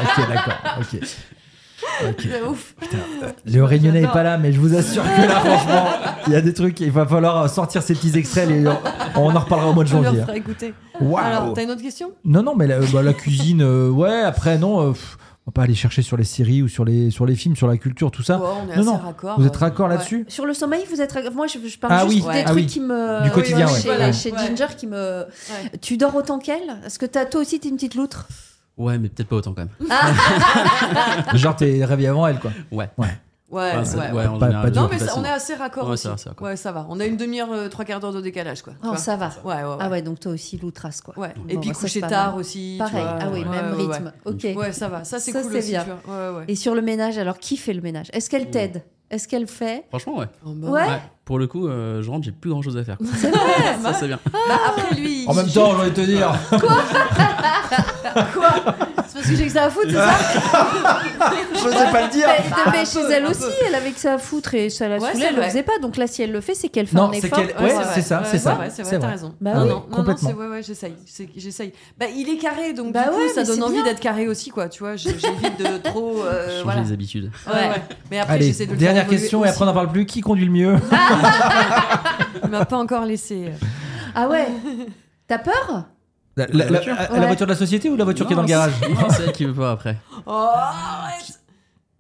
Speaker 1: Ok, d'accord. Ok. Ok.
Speaker 2: C'est
Speaker 1: <laughs>
Speaker 2: ouf.
Speaker 1: Le Réunionnais n'est
Speaker 2: J'adore.
Speaker 1: pas là, mais je vous assure que là, franchement, il y a des trucs. Il va falloir euh, sortir ces petits extraits. les- on en reparlera au mois de
Speaker 2: Je leur
Speaker 1: janvier.
Speaker 2: ferai goûter. Alors,
Speaker 1: Waouh
Speaker 2: t'as une autre question
Speaker 1: Non, non, mais la, bah, la cuisine, euh, ouais. Après, non, euh, pff, on va pas aller chercher sur les séries ou sur les sur les films, sur la culture, tout ça.
Speaker 2: Ouais, On est
Speaker 1: non, non.
Speaker 2: assez raccord. euh.
Speaker 1: vous êtes raccord
Speaker 2: <laughs>
Speaker 1: là-dessus
Speaker 5: Sur le sommeil, vous êtes. Moi, je, je parle
Speaker 1: Ah
Speaker 5: juste
Speaker 1: oui,
Speaker 5: des
Speaker 2: ah
Speaker 5: trucs
Speaker 1: oui.
Speaker 5: qui me.
Speaker 1: Du quotidien,
Speaker 5: chez,
Speaker 1: ouais. Voilà.
Speaker 5: chez
Speaker 2: Ouais.
Speaker 5: Ginger, qui me.
Speaker 2: Ouais.
Speaker 5: Tu dors autant qu'elle Est-ce que t'as- toi aussi, t'es une petite loutre
Speaker 8: Ouais, mais peut-être pas autant quand même.
Speaker 1: Genre, t'es réveillé avant elle, quoi.
Speaker 8: Ouais.
Speaker 2: Ouais,
Speaker 8: Ah, ça-
Speaker 2: ouais,
Speaker 8: ouais,
Speaker 2: ouais.
Speaker 8: en
Speaker 1: Pas-
Speaker 8: général,
Speaker 1: pas
Speaker 8: de
Speaker 1: du
Speaker 2: Non,
Speaker 8: toute
Speaker 2: mais ça-
Speaker 8: façon.
Speaker 2: on est assez raccord.
Speaker 8: Ouais,
Speaker 2: aussi.
Speaker 8: ça va, c'est raccord.
Speaker 2: Ouais, ça va. On a une demi-heure, euh, trois quarts d'heure de décalage, quoi. tu
Speaker 5: Oh,
Speaker 2: vois.
Speaker 5: ça va.
Speaker 2: Ouais, ouais, ouais.
Speaker 5: Ah ouais, donc toi aussi, l'outrasse, quoi.
Speaker 2: Ouais.
Speaker 5: Bon,
Speaker 2: Et puis
Speaker 5: bah, ça,
Speaker 2: coucher
Speaker 5: c'est pas
Speaker 2: tard
Speaker 5: mal.
Speaker 2: aussi. tu
Speaker 5: Pareil,
Speaker 2: vois.
Speaker 5: ah oui,
Speaker 2: Ouais,
Speaker 5: même
Speaker 2: ouais, ouais.
Speaker 5: rythme. Ok.
Speaker 2: Ouais, ça va. Ça, c'est
Speaker 5: Ça,
Speaker 2: cool
Speaker 5: c'est
Speaker 2: aussi,
Speaker 5: bien.
Speaker 2: tu vois. Ouais, ouais.
Speaker 5: Et sur le ménage, alors qui fait le ménage Est-ce qu'elle t'aide Est-ce qu'elle fait
Speaker 8: Franchement, ouais.
Speaker 2: Oh, bah,
Speaker 5: Ouais.
Speaker 8: Ouais, Pour le coup, euh, je rentre, j'ai plus grand chose à faire.
Speaker 5: C'est vrai
Speaker 8: ça, c'est bien.
Speaker 2: Bah,
Speaker 5: Ah.
Speaker 2: après lui.
Speaker 1: En
Speaker 2: il-
Speaker 1: même temps, j'ai envie de te dire.
Speaker 5: Quoi C'est parce que j'ai que ça à foutre, c'est ça
Speaker 1: Je sais pas le dire.
Speaker 5: Ah,
Speaker 2: <laughs>
Speaker 5: <laughs> Elle devait
Speaker 2: un
Speaker 5: chez
Speaker 2: peu,
Speaker 5: elle
Speaker 2: un
Speaker 5: aussi, elle avait que ça à foutre et ça la
Speaker 2: Ouais,
Speaker 5: saoulait,
Speaker 2: c'est
Speaker 5: elle le
Speaker 2: vrai.
Speaker 5: faisait pas. Donc là, si elle le fait, c'est qu'elle fait
Speaker 1: Non,
Speaker 5: un
Speaker 1: c'est
Speaker 5: effort.
Speaker 1: qu'elle- Ouais, c'est
Speaker 2: vrai.
Speaker 1: ça, c'est
Speaker 2: Ouais,
Speaker 1: ça.
Speaker 2: ouais, C'est
Speaker 1: C'est
Speaker 2: vrai, t'as
Speaker 1: vrai. Ah
Speaker 2: raison.
Speaker 5: Bah
Speaker 2: non,
Speaker 5: oui.
Speaker 2: non, non, non,
Speaker 1: Complètement.
Speaker 2: c'est ouais, ouais, j'essaye, c'est- j'essaye. Bah, il est carré, donc
Speaker 5: Bah
Speaker 2: du coup,
Speaker 5: ouais,
Speaker 2: ça
Speaker 5: mais
Speaker 2: donne
Speaker 5: c'est
Speaker 2: envie
Speaker 5: bien.
Speaker 2: d'être carré aussi, quoi. Tu vois, je- j'évite de trop.
Speaker 1: <laughs>
Speaker 2: euh,
Speaker 8: Changer
Speaker 2: voilà.
Speaker 8: les habitudes.
Speaker 2: Ouais, ouais. Mais après,
Speaker 1: Allez,
Speaker 2: j'essaie de le faire
Speaker 1: dernière
Speaker 2: évoluer
Speaker 1: question et
Speaker 2: aussi.
Speaker 1: après on n'en parle plus. Qui conduit le mieux
Speaker 2: Il m'a pas encore laissé. euh,
Speaker 5: Ah
Speaker 2: <laughs>
Speaker 5: ouais T'as peur
Speaker 1: la, la- la-
Speaker 8: voiture.
Speaker 1: la- la
Speaker 5: Ouais.
Speaker 1: voiture de la société ou la voiture qui est dans
Speaker 8: Non,
Speaker 1: le garage
Speaker 8: c'est- Non, c'est elle qui veut pas après.
Speaker 2: Oh, arrête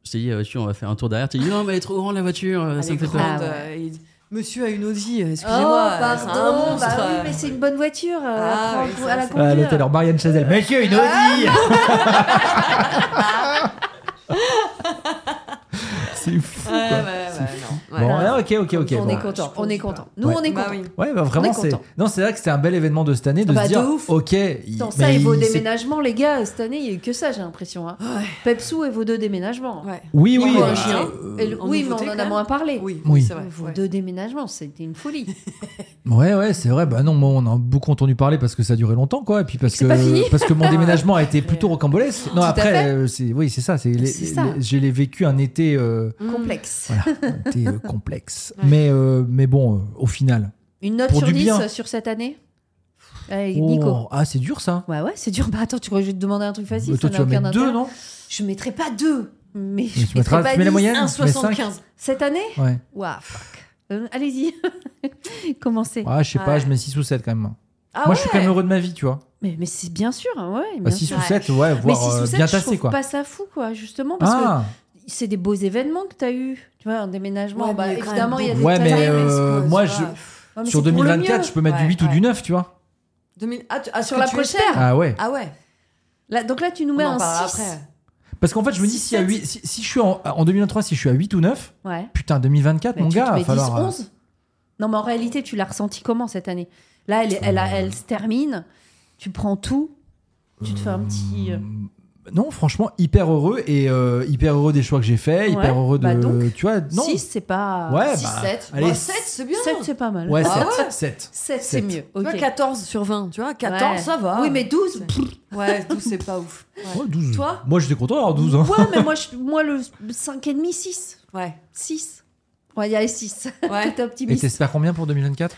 Speaker 8: Je t'ai dit, la voiture, on va faire un tour derrière. Tu dis, non, mais elle est trop grande la voiture, euh, ça
Speaker 2: Elle
Speaker 8: me
Speaker 2: est
Speaker 8: fait peur.
Speaker 2: grande,
Speaker 5: Ah ouais.
Speaker 2: euh, il- Monsieur a une Audi, euh, excusez-moi.
Speaker 5: Oh,
Speaker 2: euh, c'est
Speaker 5: pardon,
Speaker 2: un monstre.
Speaker 5: bah oui,
Speaker 2: euh.
Speaker 5: mais c'est une bonne voiture. euh,
Speaker 2: Ah,
Speaker 5: apprends
Speaker 2: oui,
Speaker 5: à
Speaker 2: ça,
Speaker 5: la
Speaker 2: c'est-
Speaker 1: Ah,
Speaker 5: conduire.
Speaker 1: l'hôtel, alors Marianne Chazelle.
Speaker 5: Euh,
Speaker 1: Monsieur, une Audi
Speaker 5: Ah,
Speaker 1: <laughs> C'est fou.
Speaker 2: euh. Ouais,
Speaker 1: quoi.
Speaker 2: ouais, ouais, non, ouais.
Speaker 1: Bon, ouais, ok, ok, ok.
Speaker 5: on
Speaker 1: bon.
Speaker 5: est content, on est content. Nous,
Speaker 1: Ouais.
Speaker 5: on est
Speaker 2: Bah
Speaker 5: content.
Speaker 2: oui.
Speaker 1: Ouais, bah
Speaker 5: On
Speaker 1: vraiment,
Speaker 5: est
Speaker 1: c'est.
Speaker 5: content.
Speaker 1: Non, c'est vrai que c'était un bel événement de cette année de
Speaker 5: Bah,
Speaker 1: se
Speaker 5: de
Speaker 1: dire,
Speaker 5: ouf.
Speaker 1: ok, il-
Speaker 5: Attends,
Speaker 1: mais
Speaker 5: ça et vos
Speaker 1: il- c'est-
Speaker 5: déménagements, les gars, cette année, il n'y a eu que ça, j'ai l'impression. Hein.
Speaker 2: Ouais.
Speaker 5: Pepsou et vos deux déménagements.
Speaker 2: Ouais.
Speaker 1: Oui, oui.
Speaker 5: Il faut un
Speaker 1: euh,
Speaker 5: chien. Et le-
Speaker 2: en
Speaker 5: oui, mais
Speaker 2: nouveauté,
Speaker 5: on en
Speaker 2: quand
Speaker 5: a
Speaker 2: même.
Speaker 5: moins parlé.
Speaker 2: Oui,
Speaker 1: Oui.
Speaker 2: oui, c'est vrai.
Speaker 5: Vos
Speaker 2: ouais.
Speaker 5: deux déménagements, c'était une
Speaker 2: <laughs>
Speaker 5: folie.
Speaker 1: Ouais, ouais, c'est vrai. Bah non, moi, on a beaucoup entendu parler parce que ça a duré longtemps, quoi. Et puis parce
Speaker 5: C'est
Speaker 1: que
Speaker 5: pas fini.
Speaker 1: parce que mon
Speaker 5: <laughs>
Speaker 1: déménagement a été plutôt rocambolesque. Non,
Speaker 5: à
Speaker 1: après,
Speaker 5: fait.
Speaker 1: euh, c'est oui, c'est ça. C'est les-
Speaker 5: C'est ça.
Speaker 1: les- je l'ai vécu un été, euh,
Speaker 2: Mm.
Speaker 5: Complexe.
Speaker 1: voilà, un été euh, complexe. Mais euh, mais bon, euh, au final.
Speaker 5: Une note
Speaker 1: Pour
Speaker 5: sur
Speaker 1: du
Speaker 5: 10
Speaker 1: bien.
Speaker 5: euh, sur cette année Allez,
Speaker 1: Oh,
Speaker 5: Nico.
Speaker 1: ah, c'est dur ça.
Speaker 5: Ouais, ouais, c'est dur. Bah attends, tu crois que je vais te demander un truc facile
Speaker 1: Bah, toi,
Speaker 5: ça
Speaker 1: tu
Speaker 5: n'a
Speaker 1: vas
Speaker 5: aucun
Speaker 1: mettre deux,
Speaker 5: intérêt.
Speaker 1: non
Speaker 5: Je mettrai pas deux, mais je
Speaker 1: tu
Speaker 5: mettrai
Speaker 1: mettras-
Speaker 5: pas
Speaker 1: tu mets la
Speaker 5: 10.
Speaker 1: moyenne,
Speaker 2: 1,75.
Speaker 5: Cette année
Speaker 1: Ouais.
Speaker 5: Waouh, fuck. Euh, Allez-y, <laughs> commencez.
Speaker 1: Ah, je sais pas.
Speaker 2: Ouais.
Speaker 1: Je mets 6 ou 7 quand même.
Speaker 2: Ah
Speaker 1: moi, je suis quand même heureux de ma vie, tu vois.
Speaker 5: Mais, mais c'est bien sûr, hein, ouais.
Speaker 1: Bah,
Speaker 5: Bien
Speaker 1: 6
Speaker 5: sûr.
Speaker 1: ou 7 ouais,
Speaker 5: Mais
Speaker 1: voire
Speaker 5: six
Speaker 1: euh,
Speaker 5: ou sept,
Speaker 1: bien
Speaker 5: je
Speaker 1: tassé,
Speaker 5: trouve
Speaker 1: quoi.
Speaker 5: pas ça fou, quoi, justement, parce
Speaker 1: Ah,
Speaker 5: que c'est des beaux événements que t'as eu. Tu vois, un déménagement,
Speaker 2: Ouais,
Speaker 5: bah,
Speaker 2: mais quand même
Speaker 5: évidemment, il y a des
Speaker 2: beaucoup.
Speaker 1: ouais, mais
Speaker 5: tailles,
Speaker 1: euh,
Speaker 2: risques,
Speaker 1: moi,
Speaker 2: tu
Speaker 1: je
Speaker 2: vois.
Speaker 5: ouais,
Speaker 1: sur
Speaker 5: mais c'est pour le
Speaker 1: 2024,
Speaker 5: mieux.
Speaker 1: je peux mettre du
Speaker 2: Ouais,
Speaker 1: 8 ou
Speaker 2: ouais.
Speaker 1: du 9, tu vois.
Speaker 2: 2000 Ah, tu- ah,
Speaker 5: Sur
Speaker 2: que
Speaker 5: la
Speaker 2: tu
Speaker 5: prochaine
Speaker 2: espères
Speaker 1: Ah ouais.
Speaker 2: Ah ouais.
Speaker 5: Là, donc là, tu nous
Speaker 2: On
Speaker 5: mets
Speaker 2: en
Speaker 5: un
Speaker 2: parlera
Speaker 5: 6.
Speaker 2: après.
Speaker 1: Parce qu'en fait, je me dis,
Speaker 5: Six,
Speaker 1: si, à
Speaker 5: sept.
Speaker 1: huit- si, si je suis en, en 2023, si je suis à 8 ou 9,
Speaker 5: Ouais.
Speaker 1: putain, 2024,
Speaker 5: Bah,
Speaker 1: mon
Speaker 5: tu
Speaker 1: gars,
Speaker 5: te
Speaker 1: va
Speaker 5: mets 10,
Speaker 1: falloir. euh,
Speaker 5: 11. Non, mais en réalité, tu l'as ressenti comment cette année Là, elle, est-
Speaker 1: euh.
Speaker 5: elle, a- elle se termine, tu prends tout, tu te fais un petit. euh,
Speaker 1: Mm, Non, franchement, hyper heureux et euh, hyper heureux des choix que j'ai faits, hyper
Speaker 5: Ouais,
Speaker 1: heureux de.
Speaker 5: bah donc,
Speaker 1: tu vois, non
Speaker 5: 6, c'est pas.
Speaker 1: Ouais,
Speaker 2: 6,
Speaker 1: bah,
Speaker 2: 7.
Speaker 1: allez,
Speaker 2: 7, c'est bien.
Speaker 5: 7, c'est pas mal.
Speaker 1: Ouais,
Speaker 2: Ah
Speaker 1: 7.
Speaker 2: ouais
Speaker 1: 7.
Speaker 5: 7, c'est
Speaker 1: Sept.
Speaker 5: mieux.
Speaker 2: Tu vois,
Speaker 5: ok.
Speaker 2: 14 sur 20, tu vois, 14,
Speaker 5: Ouais.
Speaker 2: ça va.
Speaker 5: Oui, mais 12. pff,
Speaker 2: <laughs> Ouais, 12, c'est pas ouf. Ouais.
Speaker 1: Ouais, 12.
Speaker 2: Toi
Speaker 1: Moi, j'étais content d'avoir 12. Hein.
Speaker 5: Ouais, mais moi, je, moi le 5,5, 6.
Speaker 2: Ouais.
Speaker 5: 6. Ouais, il y a <laughs> 6.
Speaker 2: Ouais.
Speaker 5: T'es
Speaker 1: Et
Speaker 5: optimiste.
Speaker 1: t'espères combien pour 2024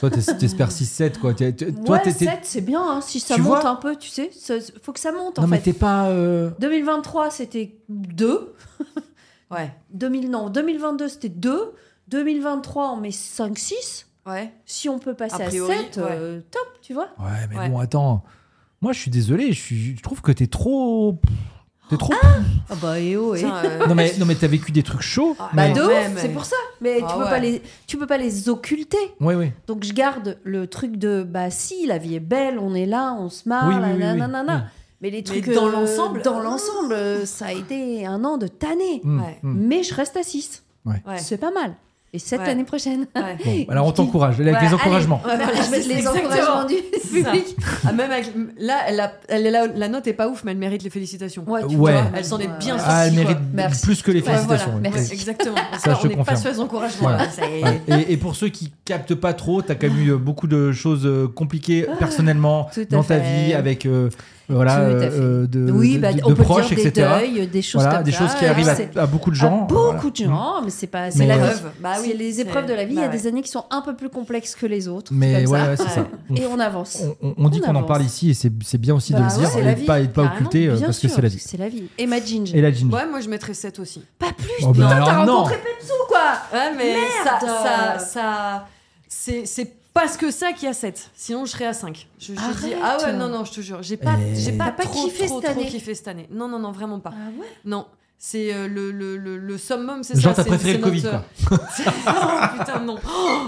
Speaker 1: Toi, t'es- t'espères 6-7, quoi. T'es- t'es- Toi,
Speaker 5: Hmm. ouais,
Speaker 1: t'étais.
Speaker 5: 7, c'est bien. hein, Si ça
Speaker 1: Tu
Speaker 5: monte
Speaker 1: vois
Speaker 5: un peu, tu sais, ça- faut que ça monte
Speaker 1: Non,
Speaker 5: en
Speaker 1: mais
Speaker 5: fait.
Speaker 1: t'es pas. euh,
Speaker 5: 2023, c'était 2.
Speaker 2: Ouais.
Speaker 5: 2000, non, 2022 c'était 2, 2023 on met 5, 6.
Speaker 2: Ouais.
Speaker 5: Si on peut passer
Speaker 2: A priori,
Speaker 5: à 7, euh, top, tu vois.
Speaker 1: Ouais, mais
Speaker 2: Ouais.
Speaker 1: bon, attends. Moi, je suis désolé, je, suis- je trouve que t'es trop. T'es trop.
Speaker 5: Ah bah et oh, et.
Speaker 2: Tiens, euh,
Speaker 1: Non, mais, non, mais t'as vécu des trucs chauds.
Speaker 2: Ah,
Speaker 5: Bah
Speaker 1: mais-
Speaker 5: de
Speaker 2: quand
Speaker 5: ouf,
Speaker 2: même,
Speaker 5: c'est
Speaker 2: mais-
Speaker 5: pour ça. Mais
Speaker 2: Ah
Speaker 5: tu, peux
Speaker 2: ouais.
Speaker 5: pas les, tu peux pas les occulter.
Speaker 1: Ouais, ouais.
Speaker 5: Donc je garde le truc de bah si, la vie est belle, on est là, on se marre,
Speaker 1: Oui, oui, oui, oui,
Speaker 5: nananana.
Speaker 1: oui.
Speaker 5: Mais les trucs.
Speaker 2: dans
Speaker 5: euh,
Speaker 2: l'ensemble-
Speaker 5: Dans
Speaker 1: <laughs>
Speaker 5: l'ensemble, euh, ça a été un an de tanné.
Speaker 1: Mm,
Speaker 2: Ouais.
Speaker 1: mm.
Speaker 5: Mais je reste à 6.
Speaker 2: Ouais.
Speaker 5: C'est pas mal. Et 7
Speaker 2: Ouais.
Speaker 5: l'année prochaine.
Speaker 2: Ouais.
Speaker 1: Bon, alors on
Speaker 5: Je dis-
Speaker 1: t'encourage, avec
Speaker 5: <laughs> Voilà,
Speaker 1: les encouragements.
Speaker 5: allez, Oh,
Speaker 2: voilà,
Speaker 5: je vais te les
Speaker 2: exactement.
Speaker 5: encouragements du
Speaker 2: C'est ça.
Speaker 5: public.
Speaker 2: Ah, même avec, là, elle a- elle est là- la note est pas ouf, mais elle mérite les félicitations.
Speaker 5: Ouais,
Speaker 1: tu Ouais. vois,
Speaker 2: elle s'en est bien sortie.
Speaker 1: Ah, elle
Speaker 2: quoi.
Speaker 1: mérite
Speaker 5: Merci.
Speaker 1: plus que les
Speaker 5: Ouais,
Speaker 1: félicitations.
Speaker 5: voilà,
Speaker 1: ouais.
Speaker 5: merci.
Speaker 2: Exactement.
Speaker 1: Ça, je te
Speaker 2: on n'est pas
Speaker 1: confirme.
Speaker 2: sur les encouragements.
Speaker 1: Voilà.
Speaker 2: là, c'est-
Speaker 1: Ouais. Et, et pour ceux qui captent pas trop, t'as quand même eu euh, beaucoup de choses euh, compliquées personnellement
Speaker 5: Ah, Tout à
Speaker 1: dans ta
Speaker 5: fait.
Speaker 1: vie, avec euh, voilà
Speaker 5: Tout à fait.
Speaker 1: euh, de,
Speaker 5: oui,
Speaker 1: de-
Speaker 5: bah,
Speaker 1: de-
Speaker 5: on
Speaker 1: de
Speaker 5: peut
Speaker 1: proches,
Speaker 5: dire des
Speaker 1: etc.
Speaker 5: deuils, des choses
Speaker 1: voilà,
Speaker 5: comme
Speaker 1: des
Speaker 5: ça.
Speaker 1: choses qui
Speaker 5: euh,
Speaker 1: arrivent
Speaker 5: c'est-
Speaker 1: à, à beaucoup de
Speaker 5: à
Speaker 1: gens.
Speaker 5: beaucoup
Speaker 1: voilà.
Speaker 5: de gens, mais c'est pas, c'est
Speaker 1: Mais,
Speaker 5: la
Speaker 1: euh,
Speaker 5: vie.
Speaker 2: Preuve, bah
Speaker 5: C'est
Speaker 2: oui,
Speaker 5: les
Speaker 2: c'est-
Speaker 5: épreuves de la vie. Il y a
Speaker 2: bah ouais.
Speaker 5: des années qui sont un peu plus complexes que les autres.
Speaker 1: Mais
Speaker 5: c'est comme
Speaker 1: ouais,
Speaker 5: ça.
Speaker 1: ouais, c'est ça. On-
Speaker 5: Et on avance.
Speaker 1: On, on- on dit
Speaker 5: On
Speaker 1: qu'on en
Speaker 5: avance.
Speaker 1: parle ici et c'est c'est bien aussi de
Speaker 5: Bah
Speaker 1: le dire
Speaker 5: ouais,
Speaker 1: et de pas, et de pas
Speaker 5: carrément,
Speaker 1: occulter euh,
Speaker 5: bien
Speaker 1: parce que
Speaker 5: sûr,
Speaker 1: c'est la vie.
Speaker 5: C'est la vie. Et ma ginger.
Speaker 1: Et la Ginger.
Speaker 2: Ouais, moi je mettrais 7 aussi.
Speaker 5: Pas plus.
Speaker 1: Oh, bah
Speaker 5: putain,
Speaker 1: alors
Speaker 5: t'as
Speaker 1: non.
Speaker 5: rencontré Pepsou, quoi.
Speaker 2: Ouais, mais ça,
Speaker 5: Merde
Speaker 2: ça, ça- c'est, c'est parce que ça qu'il y a 7. Sinon, je serais à 5. Je, je
Speaker 5: Arrête.
Speaker 2: dis, ah ouais, non, non, je te jure, j'ai pas,
Speaker 1: Et-
Speaker 2: j'ai pas,
Speaker 5: T'as pas
Speaker 2: trop,
Speaker 5: kiffé
Speaker 2: trop,
Speaker 5: cette
Speaker 2: trop
Speaker 5: année
Speaker 2: kiffé cette année. Non, non, non, vraiment pas.
Speaker 5: Ah ouais.
Speaker 2: Non, c'est euh, le, le, le, le summum, c'est
Speaker 1: Genre,
Speaker 2: ça.
Speaker 1: t'as
Speaker 2: c'est-
Speaker 1: préféré
Speaker 2: <laughs> c'est
Speaker 1: le Covid,
Speaker 2: notre-
Speaker 1: quoi.
Speaker 2: oh putain, non.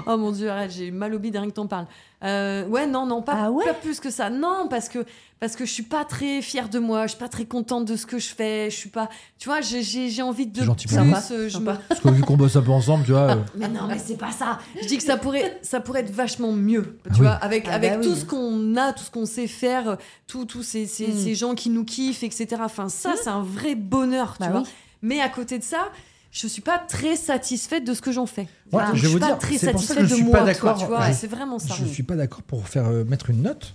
Speaker 2: Oh mon dieu, arrête, j'ai mal au bide rien que t'en parles. Euh, ouais, non, non, pas,
Speaker 5: Ah ouais
Speaker 2: pas plus que ça. Non, parce que, parce que je suis pas très fière de moi, je suis pas très contente de ce que je fais, je suis pas. Tu vois, j'ai- j'ai j'ai envie de.
Speaker 1: C'est gentil
Speaker 2: plus,
Speaker 1: pour
Speaker 5: moi.
Speaker 2: euh, je me-
Speaker 5: Sympa.
Speaker 1: Parce que vu qu'on bosse un peu ensemble, tu
Speaker 5: Ah,
Speaker 1: vois. euh,
Speaker 2: Mais non, mais c'est pas ça. Je dis que ça pourrait, ça pourrait être vachement mieux.
Speaker 1: Ah
Speaker 2: Tu
Speaker 1: oui.
Speaker 2: vois, avec,
Speaker 5: Ah bah
Speaker 2: avec
Speaker 5: oui.
Speaker 2: tout ce qu'on a, tout ce qu'on sait faire, euh, tout- tous ces, ces,
Speaker 5: Hmm.
Speaker 2: ces gens qui nous kiffent, etc. Enfin, ça, c'est un vrai bonheur, tu
Speaker 5: Bah
Speaker 2: vois.
Speaker 5: oui.
Speaker 2: Mais à côté de ça, je suis pas très satisfaite de ce que j'en fais.
Speaker 1: Moi,
Speaker 2: Donc,
Speaker 1: je vais
Speaker 2: suis
Speaker 1: vous
Speaker 2: pas
Speaker 1: dire,
Speaker 2: très
Speaker 1: c'est pour ça que
Speaker 2: satisfaite
Speaker 1: je
Speaker 2: de
Speaker 1: suis
Speaker 2: moi,
Speaker 1: pas
Speaker 2: toi,
Speaker 1: d'accord.
Speaker 2: tu vois,
Speaker 1: Je-
Speaker 2: c'est vraiment ça.
Speaker 1: Je suis pas d'accord pour faire euh, mettre une
Speaker 5: <laughs>
Speaker 1: note.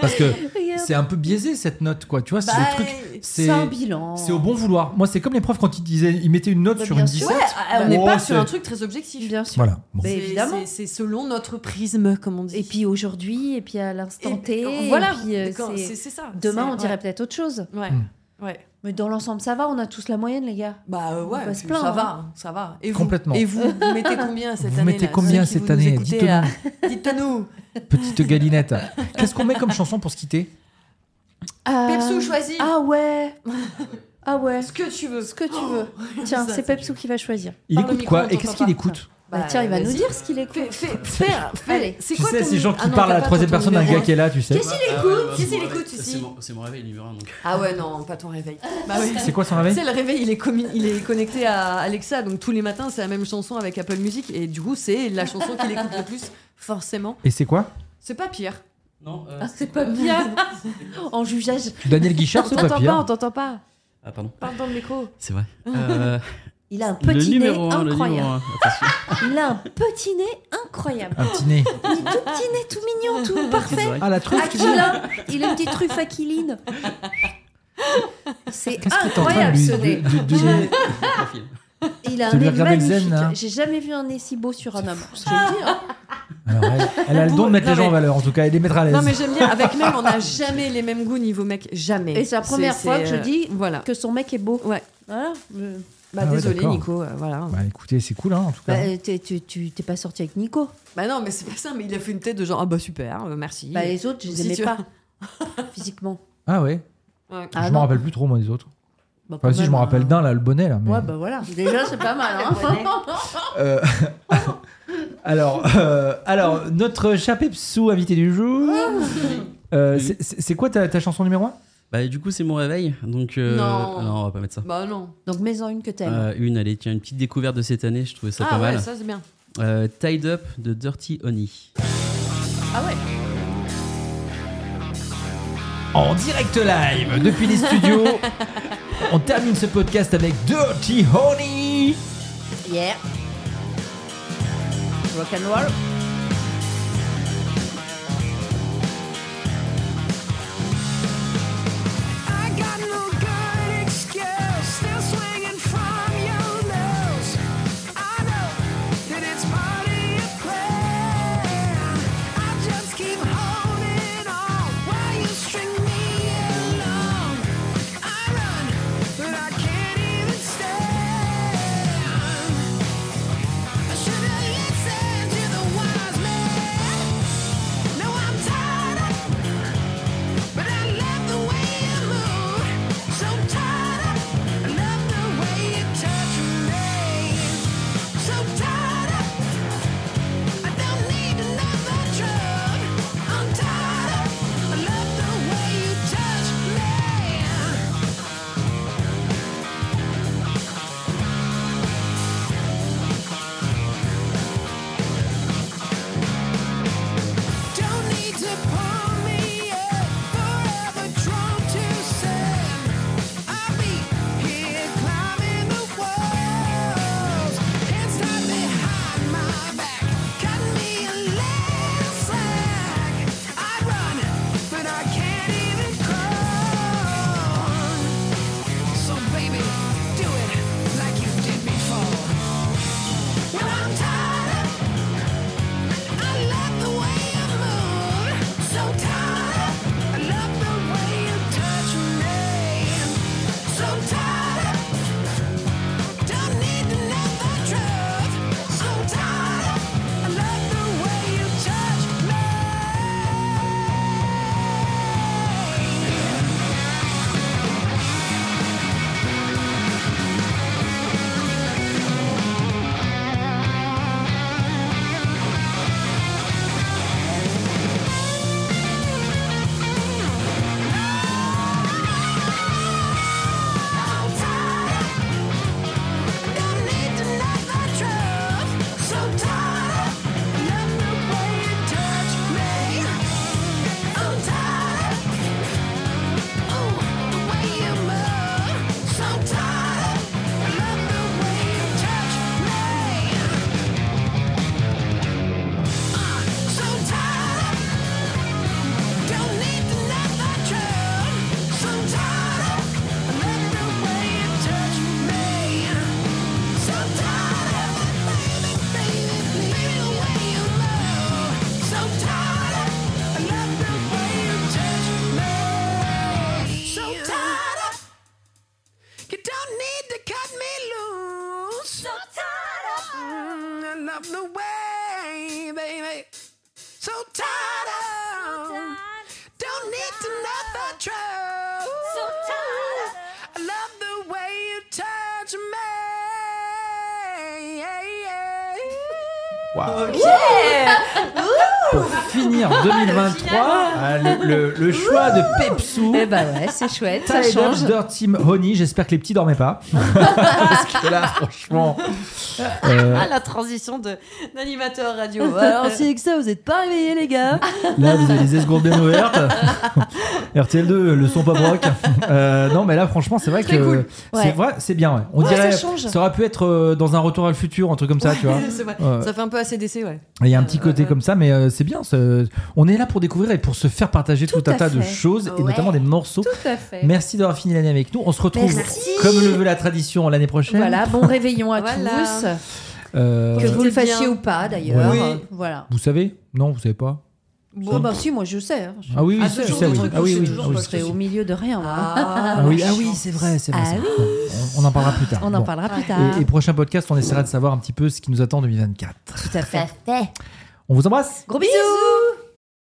Speaker 1: Parce que c'est un peu biaisé cette note, quoi. Tu vois, c'est
Speaker 2: Bah,
Speaker 1: le truc.
Speaker 5: C'est un bilan.
Speaker 1: C'est au bon vouloir. Moi, c'est comme les profs quand ils disaient, ils mettaient une note
Speaker 5: Bah,
Speaker 1: sur
Speaker 5: bien
Speaker 1: une
Speaker 5: sûr.
Speaker 1: 17.
Speaker 2: Ouais, euh, on n'est
Speaker 1: Oh,
Speaker 2: pas sur
Speaker 1: c'est-
Speaker 2: un truc très objectif.
Speaker 5: Bien sûr.
Speaker 1: Voilà. Bon.
Speaker 5: Bah,
Speaker 2: C'est-
Speaker 5: évidemment.
Speaker 2: c'est- C'est selon notre prisme, comme on dit.
Speaker 5: Et puis aujourd'hui, et puis à l'instant
Speaker 2: Et-
Speaker 5: T. et
Speaker 2: voilà,
Speaker 5: puis, euh,
Speaker 2: d'accord,
Speaker 5: c'est-
Speaker 2: c'est c'est ça.
Speaker 5: Demain,
Speaker 2: C'est-
Speaker 5: on dirait
Speaker 2: ouais.
Speaker 5: peut-être autre chose.
Speaker 2: Ouais.
Speaker 1: Hmm.
Speaker 2: Ouais.
Speaker 5: Mais dans l'ensemble, ça va, on a tous la moyenne, les gars.
Speaker 2: Bah euh, ouais,
Speaker 5: peut se
Speaker 2: ça
Speaker 5: plaindre,
Speaker 2: va,
Speaker 5: hein.
Speaker 2: hein, ça va. Et vous-
Speaker 1: Complètement.
Speaker 2: Et vous, vous mettez combien cette
Speaker 1: Vous
Speaker 2: année
Speaker 1: mettez combien cette année Dites-le
Speaker 2: Dites-nous. Dites-nous.
Speaker 1: Petite galinette. Qu'est-ce qu'on met comme chanson pour se quitter
Speaker 2: Pepsou choisis.
Speaker 5: Ah
Speaker 2: <laughs>
Speaker 5: ouais Ah ouais
Speaker 2: ce que tu veux. Oh,
Speaker 5: Ce que tu veux. Tiens,
Speaker 2: Ça,
Speaker 5: c'est
Speaker 2: ça,
Speaker 5: Pepsou qui va choisir.
Speaker 1: Il
Speaker 2: Par le
Speaker 1: écoute
Speaker 2: micro, on
Speaker 1: quoi Et
Speaker 2: t'entend
Speaker 1: qu'est-ce qu'il
Speaker 2: pas.
Speaker 1: écoute
Speaker 5: Bah, tiens, il va nous
Speaker 2: vas-y.
Speaker 5: dire ce qu'il écoute.
Speaker 2: Fais, fais, fais, fais-
Speaker 5: Allez.
Speaker 2: C'est
Speaker 1: Tu
Speaker 2: quoi
Speaker 1: sais,
Speaker 2: ton
Speaker 1: ces gens
Speaker 2: nu-
Speaker 1: qui
Speaker 2: Ah non,
Speaker 1: parlent à
Speaker 2: t'as
Speaker 1: la
Speaker 2: pas
Speaker 1: troisième
Speaker 2: ton
Speaker 1: personne d'un
Speaker 2: numéro.
Speaker 1: gars qui est là, tu sais.
Speaker 2: Qu'est-ce qu'il
Speaker 8: Ah ouais,
Speaker 2: écoute
Speaker 8: ouais,
Speaker 2: Qu'est-ce
Speaker 8: mon
Speaker 2: qu'il
Speaker 8: réveil-
Speaker 2: écoute
Speaker 8: C'est
Speaker 2: ici
Speaker 8: mon, c'est mon réveil numéro 1 hein, donc.
Speaker 2: Ah ouais, non, pas ton réveil. Bah oui.
Speaker 1: Ah C'est quoi son réveil
Speaker 2: C'est le réveil, il est, commu- il est connecté à Alexa, donc tous les matins c'est la même chanson avec Apple Music, et du coup c'est la chanson qu'il écoute le plus, forcément.
Speaker 1: Et c'est quoi
Speaker 2: C'est pas pire.
Speaker 8: Non, euh,
Speaker 5: Ah, c'est pas bien <laughs> En jugeage.
Speaker 1: Daniel Guichard,
Speaker 5: On
Speaker 1: c'est
Speaker 5: t'entend pas, on
Speaker 1: papier.
Speaker 5: t'entend pas.
Speaker 8: Ah pardon,
Speaker 5: Parle dans le micro.
Speaker 2: <laughs>
Speaker 8: c'est vrai. Euh,
Speaker 5: Il a un
Speaker 8: le
Speaker 5: petit nez
Speaker 8: numéro 1, le numéro
Speaker 5: incroyable.
Speaker 8: 1.
Speaker 2: <laughs>
Speaker 8: Attention.
Speaker 5: Il a un petit nez incroyable.
Speaker 1: Un petit nez.
Speaker 5: Il est tout petit nez, tout mignon, tout
Speaker 8: Les
Speaker 5: parfait.
Speaker 8: oreilles.
Speaker 1: Ah, la truffe, tu veux
Speaker 5: Aquilin, il a une petite truffe aquiline. C'est
Speaker 1: Qu'est-ce que t'es en train de
Speaker 5: incroyable
Speaker 1: lui-
Speaker 5: ce nez.
Speaker 1: de- de- de-
Speaker 8: <laughs> Le profil.
Speaker 5: Il a
Speaker 1: Tu
Speaker 5: un
Speaker 1: lui
Speaker 5: nez
Speaker 1: regardes avec zen,
Speaker 5: magnifique.
Speaker 1: là
Speaker 5: J'ai jamais vu un nez si beau sur un homme.
Speaker 1: Alors, elle, elle a le don de mettre
Speaker 2: Non,
Speaker 1: les gens en
Speaker 2: mais-
Speaker 1: valeur, en tout cas, et les mettre à l'aise.
Speaker 2: Non mais j'aime bien. Avec même,
Speaker 1: <laughs>
Speaker 2: on n'a jamais les mêmes goûts niveau mec, jamais.
Speaker 5: Et c'est la première fois que je
Speaker 2: euh,
Speaker 5: dis
Speaker 2: voilà.
Speaker 5: Que son mec est beau.
Speaker 2: Ouais.
Speaker 5: Voilà. Euh,
Speaker 2: Bah
Speaker 1: Ah ouais,
Speaker 2: désolé
Speaker 1: d'accord.
Speaker 2: Nico, euh, voilà.
Speaker 1: Bah écoutez, c'est cool, hein, en tout
Speaker 5: Bah,
Speaker 1: cas.
Speaker 5: euh, t'es- tu- tu t'es pas sorti avec Nico.
Speaker 2: Bah non mais c'est pas ça, mais il a fait une tête de genre ah bah super, euh, merci.
Speaker 5: Bah, les autres, je les
Speaker 2: Si tu
Speaker 5: aimais
Speaker 2: veux.
Speaker 5: pas. Physiquement. Bah,
Speaker 1: Ah ouais
Speaker 2: Ouais.
Speaker 5: Ah
Speaker 1: Je m'en
Speaker 5: non.
Speaker 1: rappelle plus trop, moi, des autres.
Speaker 5: Bah,
Speaker 1: Enfin,
Speaker 5: quand
Speaker 1: si, je
Speaker 5: même,
Speaker 1: me rappelle
Speaker 5: euh,
Speaker 1: d'un, là, le bonnet, là. mais-
Speaker 5: Ouais, bah voilà. Déjà, c'est pas mal.
Speaker 2: Ah,
Speaker 5: hein.
Speaker 1: Euh, alors, euh, alors, notre cher Pepsou, invité du jour.
Speaker 5: Ah.
Speaker 1: Euh, c'est- c'est c'est quoi ta, ta chanson numéro 1
Speaker 8: Bah, et du coup, c'est mon réveil. Donc, euh,
Speaker 2: Non.
Speaker 8: non, on va pas mettre ça.
Speaker 2: Bah non.
Speaker 5: Donc, mets-en une que t'aimes.
Speaker 8: Euh, une, allez, tiens, une petite découverte de cette année, je trouvais ça
Speaker 2: Ah
Speaker 8: pas
Speaker 2: ouais,
Speaker 8: mal.
Speaker 2: ça c'est bien.
Speaker 8: Euh, Tied Up de Dirty Honey.
Speaker 2: Ah ouais.
Speaker 1: En direct live depuis les <laughs> studios. On termine ce podcast avec Dirty Honey.
Speaker 5: Yeah. Rock and roll.
Speaker 6: I got no good excuse. Still swinging from your lips. I know that it's part of your plan. I just keep holding on while you string me along. I run, but I can't even stand. I should have listened to the one of Mm, the way, baby. So tired of. Don't need to know the truth. So tired I love the way you touch me.
Speaker 1: Waouh. Pour finir 2023, ah, le, le- le choix de Pepsou.
Speaker 5: Eh bah ouais, c'est <laughs> chouette, ça
Speaker 1: Tidal
Speaker 5: change.
Speaker 1: Dirty Honey, j'espère que les petits dormaient
Speaker 5: <laughs>
Speaker 1: pas. Parce que là, franchement. euh,
Speaker 2: Ah, la transition de- d'animateur radio. <laughs> Alors, c'est que ça, vous êtes pas réveillés, les gars.
Speaker 5: Ah,
Speaker 1: Là, vous avez les esgourdes bien ouvertes. RTL2, le son pas broc. Euh, non, mais là, franchement, c'est vrai que c'est
Speaker 5: Ouais.
Speaker 1: vrai, c'est bien. ouais. On
Speaker 5: Ouais,
Speaker 1: dirait,
Speaker 5: ça change.
Speaker 1: aurait pu être euh, dans un retour à le futur, un truc comme ça, tu
Speaker 5: <laughs>
Speaker 1: vois.
Speaker 2: C'est vrai.
Speaker 1: Ouais.
Speaker 2: Ça fait un peu ACDC, ouais.
Speaker 1: Il y a un petit
Speaker 2: Euh,
Speaker 1: côté
Speaker 2: euh,
Speaker 1: comme ça, mais euh, c'est bien. ce- On est là pour découvrir et pour se faire partager tout,
Speaker 5: Tout
Speaker 1: un
Speaker 5: à
Speaker 1: tas de
Speaker 5: fait.
Speaker 1: choses et
Speaker 5: Ouais.
Speaker 1: notamment des morceaux.
Speaker 5: Tout à fait.
Speaker 1: Merci d'avoir fini l'année avec nous. On se retrouve
Speaker 5: Merci.
Speaker 1: comme le veut la tradition l'année prochaine.
Speaker 5: Voilà, bon réveillon à
Speaker 2: Voilà.
Speaker 5: tous.
Speaker 1: Euh,
Speaker 5: Que vous le
Speaker 2: Profitez bien.
Speaker 5: fassiez ou pas d'ailleurs.
Speaker 1: Oui.
Speaker 5: Voilà.
Speaker 1: Vous savez Non, vous savez pas.
Speaker 5: Bon, bah si, moi je sais. hein. Je,
Speaker 1: Ah oui, oui,
Speaker 2: Ah,
Speaker 1: je
Speaker 2: toujours
Speaker 1: sais,
Speaker 2: des
Speaker 1: oui.
Speaker 2: trucs
Speaker 1: Ah oui,
Speaker 2: qu'on
Speaker 1: oui,
Speaker 2: sait toujours
Speaker 1: ah oui,
Speaker 2: pas,
Speaker 1: je
Speaker 5: serais
Speaker 1: sais.
Speaker 5: au milieu de rien. moi. hein.
Speaker 1: Ah oui, ah oui, c'est vrai, c'est vrai.
Speaker 5: Ah
Speaker 1: c'est vrai. On, on en parlera plus tard.
Speaker 5: On en
Speaker 1: Bon.
Speaker 5: parlera plus
Speaker 2: Ouais.
Speaker 5: tard.
Speaker 1: Et, et prochain podcast, on essaiera de savoir un petit peu ce qui nous attend en 2024.
Speaker 5: Tout à fait.
Speaker 1: On vous embrasse.
Speaker 5: Gros bisous